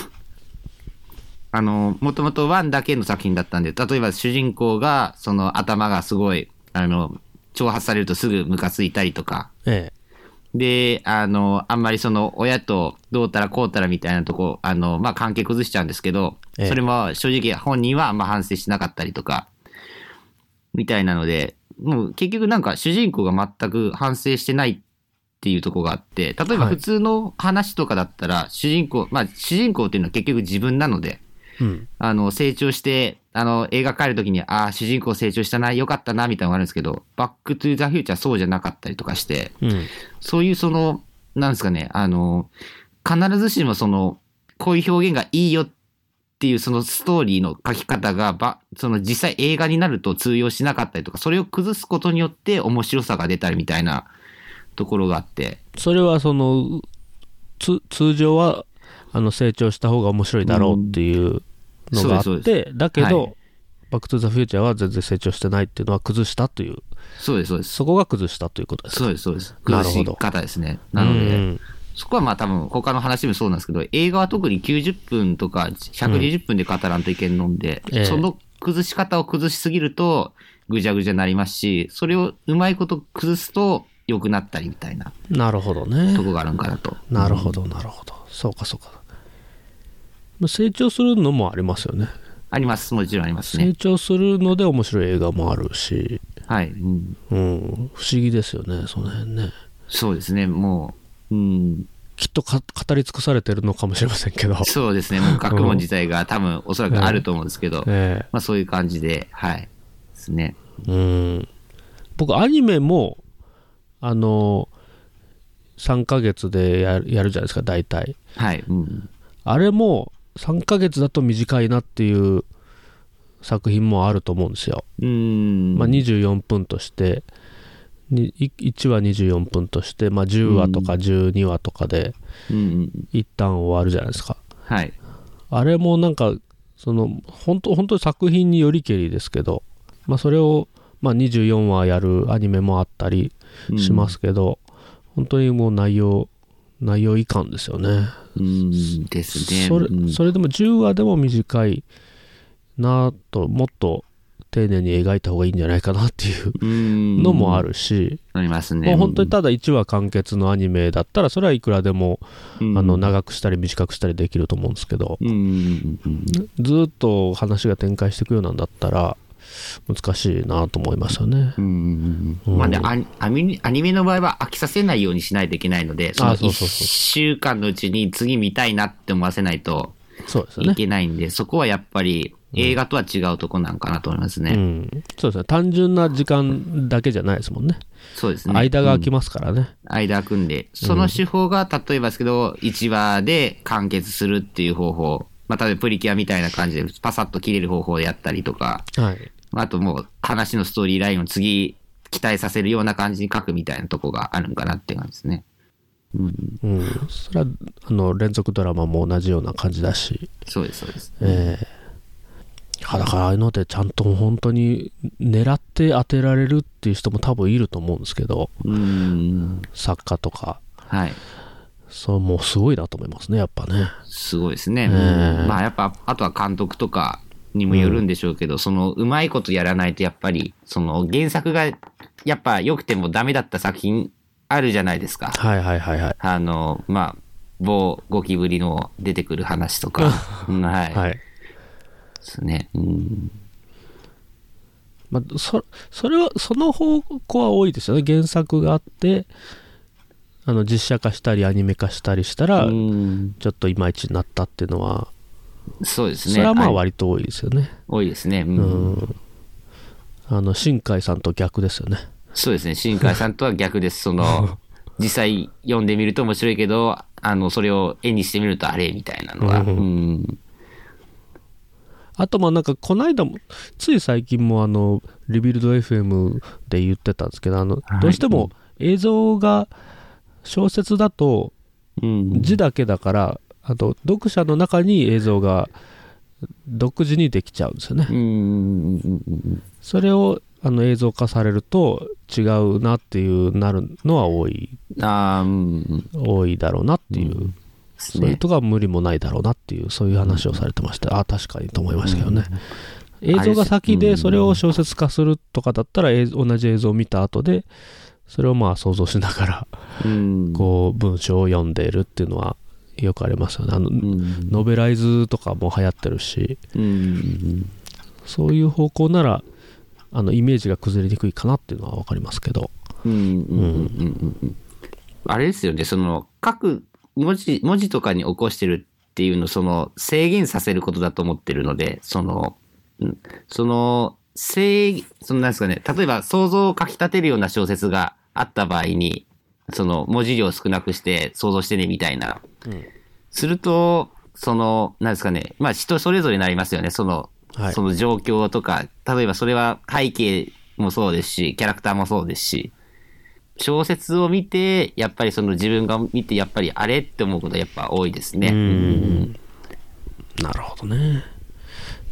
[SPEAKER 1] あの、もともとワンだけの作品だったんで、例えば主人公が、その頭がすごい、あの、挑発されるとすぐムカついたりとか、
[SPEAKER 2] え
[SPEAKER 1] で、あの、あんまりその親とどうたらこうたらみたいなとこ、あの、まあ、関係崩しちゃうんですけど、
[SPEAKER 2] ええ
[SPEAKER 1] それも正直本人はあんま反省しなかったりとか、みたいなので、もう結局なんか主人公が全く反省してないっていうとこがあって、例えば
[SPEAKER 2] はい
[SPEAKER 1] 普通の話とかだったら、主人公、まあ、主人公っていうのは結局自分なので、
[SPEAKER 2] え。うん。
[SPEAKER 1] あの、成長して、あの、映画帰るときに、ああ、主人公成長したな、よかったな、みたいなのがあるんですけど、バックトゥザフューチャーそうじゃなかったりとかして、
[SPEAKER 2] うん。
[SPEAKER 1] そういうその、なんですかね、あの、必ずしもその、こういう表現がいいよっていうそのストーリーの書き方が、ば、その実際映画になると通用しなかったりとか、それを崩すことによって面白さが出たりみたいなところがあって、
[SPEAKER 2] それはその、つ通常はあの成長した方が面白いだろうっていうのがあ
[SPEAKER 1] うんそう
[SPEAKER 2] っ
[SPEAKER 1] ですそ
[SPEAKER 2] て、だけど、
[SPEAKER 1] はい
[SPEAKER 2] バック・トゥ・ザ・フューチャーは全然成長してないっていうのは崩したという、
[SPEAKER 1] そうです、そうです。
[SPEAKER 2] そこが崩したということです
[SPEAKER 1] そうです、そうです。
[SPEAKER 2] なるほ
[SPEAKER 1] 崩
[SPEAKER 2] ど
[SPEAKER 1] し方ですね。なので、
[SPEAKER 2] うん
[SPEAKER 1] そこはまあ多分他の話でもそうなんですけど、映画は特に90分とか120分で語らんといけんのんで、
[SPEAKER 2] ええ
[SPEAKER 1] その崩し方を崩しすぎるとぐじゃぐじゃになりますし、それをうまいこと崩すと、良くなったりみたいな
[SPEAKER 2] なるほどね
[SPEAKER 1] とこがあるんかなと。
[SPEAKER 2] なるほどなるほどそうかそうかまあ成長するのもありますよね
[SPEAKER 1] あります、もちろんあります
[SPEAKER 2] 成
[SPEAKER 1] ね。
[SPEAKER 2] 長するので面白い映画もあるし、
[SPEAKER 1] はい、うん。
[SPEAKER 2] うん、不思議ですよねその辺ね
[SPEAKER 1] そうですね、もう、うん、
[SPEAKER 2] きっとか語り尽くされてるのかもしれません けど、
[SPEAKER 1] そうですね、もう学問自体が多分おそらくあると思うんですけど、
[SPEAKER 2] え
[SPEAKER 1] まあそういう感じで、はい、ですね。
[SPEAKER 2] えうん僕アニメもあの3ヶ月でやるやるじゃないですか大体
[SPEAKER 1] はい、うん。
[SPEAKER 2] あれも3ヶ月だと短いなっていう作品もあると思うんですよ、
[SPEAKER 1] うん。
[SPEAKER 2] まあ、24分としてにい1話24分として、まあ、10話とか12話とかで
[SPEAKER 1] うんうん、
[SPEAKER 2] 一旦終わるじゃないですか
[SPEAKER 1] はい、
[SPEAKER 2] あれもなんかその本当本当に作品によりけりですけど、まあ、それを、まあ、24話やるアニメもあったり
[SPEAKER 1] うん
[SPEAKER 2] しま。すけど、本当にもう内容内容いかんですよね
[SPEAKER 1] うん、ですね。
[SPEAKER 2] それ
[SPEAKER 1] うん
[SPEAKER 2] それでも10話でも短いなともっと丁寧に描いた方がいいんじゃないかなっていう
[SPEAKER 1] うん
[SPEAKER 2] のもあ。るし、
[SPEAKER 1] あります
[SPEAKER 2] も
[SPEAKER 1] ね。
[SPEAKER 2] う本当にただ1話完結のアニメだったらそれはいくらでも、
[SPEAKER 1] うん
[SPEAKER 2] あの長くしたり短くしたりできると思うんですけど、
[SPEAKER 1] うんうんうんうん
[SPEAKER 2] ずーっと話が展開していくようなんだったら難しいなと思いますよね。
[SPEAKER 1] うんうんうん
[SPEAKER 2] うん
[SPEAKER 1] まあね、アニアニアニメの場合は飽きさせないようにしないといけないので、その
[SPEAKER 2] あそう
[SPEAKER 1] 1
[SPEAKER 2] そうそう
[SPEAKER 1] 週間のうちに次見たいなって思わせないと
[SPEAKER 2] そうですよ
[SPEAKER 1] い
[SPEAKER 2] ね。
[SPEAKER 1] けないんで、そこはやっぱり映画とは違うとこなんかなと思いますね。
[SPEAKER 2] うん、そうですね単純な時間だけじゃないですもんね
[SPEAKER 1] そうですね。
[SPEAKER 2] 間が
[SPEAKER 1] う
[SPEAKER 2] 空
[SPEAKER 1] ん
[SPEAKER 2] きますからね、
[SPEAKER 1] 間空くんで、その手法が例えばですけど、1話で完結するっていう方法、まあ、例えばプリキュアみたいな感じでパサッと切れる方法でやったりとか、
[SPEAKER 2] はい
[SPEAKER 1] あともう話のストーリーラインを次期待させるような感じに書くみたいなとこがあるんかなって感じですね。うん、
[SPEAKER 2] うん、それはあの連続ドラマも同じような感じだし、
[SPEAKER 1] そうです、そうです。
[SPEAKER 2] えーいやだからああいうのでちゃんと本当に狙って当てられるっていう人も多分いると思うんですけど
[SPEAKER 1] うん、
[SPEAKER 2] 作家とか
[SPEAKER 1] はい。
[SPEAKER 2] そうもうすごいなと思いますねやっぱね
[SPEAKER 1] すごいですね。
[SPEAKER 2] ええ
[SPEAKER 1] まあやっぱ、あとは監督とかにもよるんでしょうけど、そのうまいことやらないとやっぱり、その原作がやっぱ良くてもダメだった作品あるじゃないですか。
[SPEAKER 2] はいはいはいはい
[SPEAKER 1] あの、まあ、某ゴキブリの出てくる話と か。うんはい。。
[SPEAKER 2] はいい、
[SPEAKER 1] ですね。うん。
[SPEAKER 2] まあ、そそれはその方向は多いですよね原作があってあの実写化したりアニメ化したりしたら、
[SPEAKER 1] うん
[SPEAKER 2] ちょっといまいちになったっていうのは、
[SPEAKER 1] そうですね。
[SPEAKER 2] それはまあ
[SPEAKER 1] はい
[SPEAKER 2] 割と多いですよね、
[SPEAKER 1] 多いですね。うん
[SPEAKER 2] うんあの新海さんと逆ですよね
[SPEAKER 1] そうですね。新海さんとは逆です。その、 実際読んでみると面白いけど、あの、それを絵にしてみるとあれみたいなのが。
[SPEAKER 2] うん
[SPEAKER 1] うん。
[SPEAKER 2] あとまあなんかこの間もつい最近もあのリビルド FM で言ってたんですけどあの
[SPEAKER 1] はい
[SPEAKER 2] どうしても映像が小説だと
[SPEAKER 1] うん
[SPEAKER 2] 字だけだからあと読者の中に映像が独自にできちゃうんですよね
[SPEAKER 1] うんうんうんうん
[SPEAKER 2] それをあの映像化されると違うなっていうなるのは多い
[SPEAKER 1] うんああ、うんうん。で
[SPEAKER 2] 多いだろうなっていう
[SPEAKER 1] す
[SPEAKER 2] そういう
[SPEAKER 1] ね。
[SPEAKER 2] とこは無理もないだろうなっていうそういう話をされてまして、あ確かにと思いましたけどね、映像が先
[SPEAKER 1] あれ
[SPEAKER 2] で
[SPEAKER 1] です
[SPEAKER 2] それを小説化するとかだったら、映同じ映像を見た後でそれをまあ想像しながら
[SPEAKER 1] うん。
[SPEAKER 2] こう文章を読んでいるっていうのはよくありますよねあの、
[SPEAKER 1] うん
[SPEAKER 2] ノベライズとかも流行ってるし
[SPEAKER 1] うんうん
[SPEAKER 2] そういう方向ならあのイメージが崩れにくいかなっていうのは分かりますけど
[SPEAKER 1] うんうんうんうんうんあれですよね、その、書く文字、文字とかに起こしてるっていうのを、その、制限させることだと思ってるので、その、うんその、制、そのなんですかね、例えば想像をかき立てるような小説があった場合に、その、文字量を少なくして想像してね、みたいな。すると、その、なんですかね、まあ人それぞれになりますよね、その、
[SPEAKER 2] はい
[SPEAKER 1] その状況とか、例えばそれは背景もそうですし、キャラクターもそうですし、小説を見て、やっぱりその自分が見て、やっぱりあれって思うことはやっぱ多いですね。
[SPEAKER 2] んなるほどね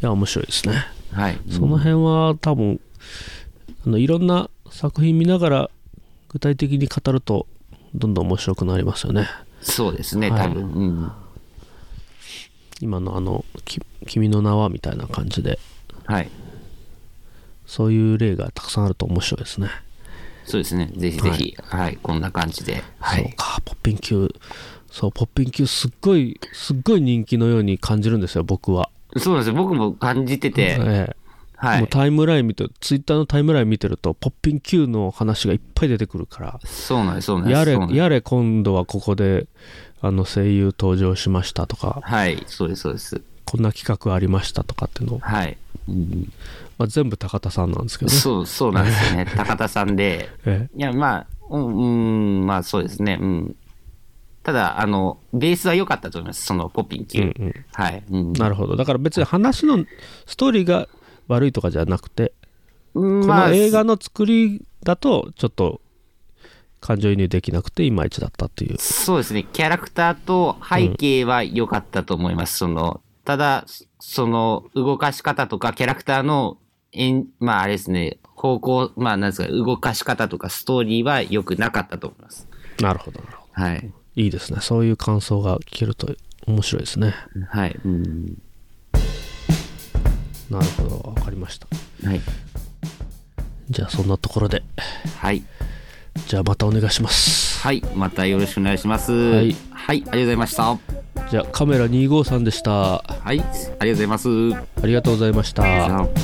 [SPEAKER 2] いや面白いですね
[SPEAKER 1] はい。
[SPEAKER 2] その辺は多分あのいろんな作品見ながら具体的に語るとどんどん面白くなりますよね
[SPEAKER 1] そうですね、
[SPEAKER 2] はい
[SPEAKER 1] 多分。うん
[SPEAKER 2] 今のあの「き君の名は」みたいな感じで
[SPEAKER 1] はい。
[SPEAKER 2] そういう例がたくさんあると面白いですね
[SPEAKER 1] そうですね。ぜひぜひ、はい、こんな感じで。は
[SPEAKER 2] そう
[SPEAKER 1] い。
[SPEAKER 2] かポッピン級そうポッピン級すっごいすっごい人気のように感じるんですよ僕は、
[SPEAKER 1] そうなんですよ。僕も感じてて、
[SPEAKER 2] ええ
[SPEAKER 1] は
[SPEAKER 2] もう
[SPEAKER 1] い。
[SPEAKER 2] タイムライン見てツイッターのタイムライン見てるとポッピン Q の話がいっぱい出てくるか
[SPEAKER 1] そうなんです、そうなんです。
[SPEAKER 2] らやれ
[SPEAKER 1] そうなんです
[SPEAKER 2] やれ今度はここであの声優登場しましたとか
[SPEAKER 1] はい、そうです、そうです。
[SPEAKER 2] こんな企画ありましたとかっていうのを、
[SPEAKER 1] はい。うん
[SPEAKER 2] まあ、全部高田さんなんですけどね
[SPEAKER 1] そう、そうなんですよね。高田さんで。
[SPEAKER 2] え
[SPEAKER 1] いや、まあ、うん、うんまあそうですね。うん。ただ、あの、ベースは良かったと思います。その、ポッピン級。
[SPEAKER 2] えうんうん
[SPEAKER 1] はい。うん
[SPEAKER 2] なるほどだから別に話のストーリーが悪いとかじゃなくて
[SPEAKER 1] うん
[SPEAKER 2] こ
[SPEAKER 1] ま
[SPEAKER 2] の
[SPEAKER 1] あ、
[SPEAKER 2] 映画の作りだとちょっと感情移入できなくていまいちだったっていう
[SPEAKER 1] そうですね。キャラクターと背景は良かったと思います。その、ただ、その、動かし方とか、キャラクターの、えんまあ、あれですね、方向、まあ、なんですか、動かし方とか、ストーリーは良くなかったと思います。
[SPEAKER 2] なるほどなるほど
[SPEAKER 1] はい。
[SPEAKER 2] いいですねそういう感想が聞けると面白いですね
[SPEAKER 1] はい。うん。
[SPEAKER 2] なるほど分かりました
[SPEAKER 1] はい。
[SPEAKER 2] じゃあそんなところで
[SPEAKER 1] はい。
[SPEAKER 2] じゃあまたお願いします
[SPEAKER 1] はい。またよろしくお願いします。
[SPEAKER 2] い
[SPEAKER 1] はい。ありがとうございました。
[SPEAKER 2] じゃあカメラ253でしたあ
[SPEAKER 1] はい、ありがとうございます。
[SPEAKER 2] りがとうございました
[SPEAKER 1] さあ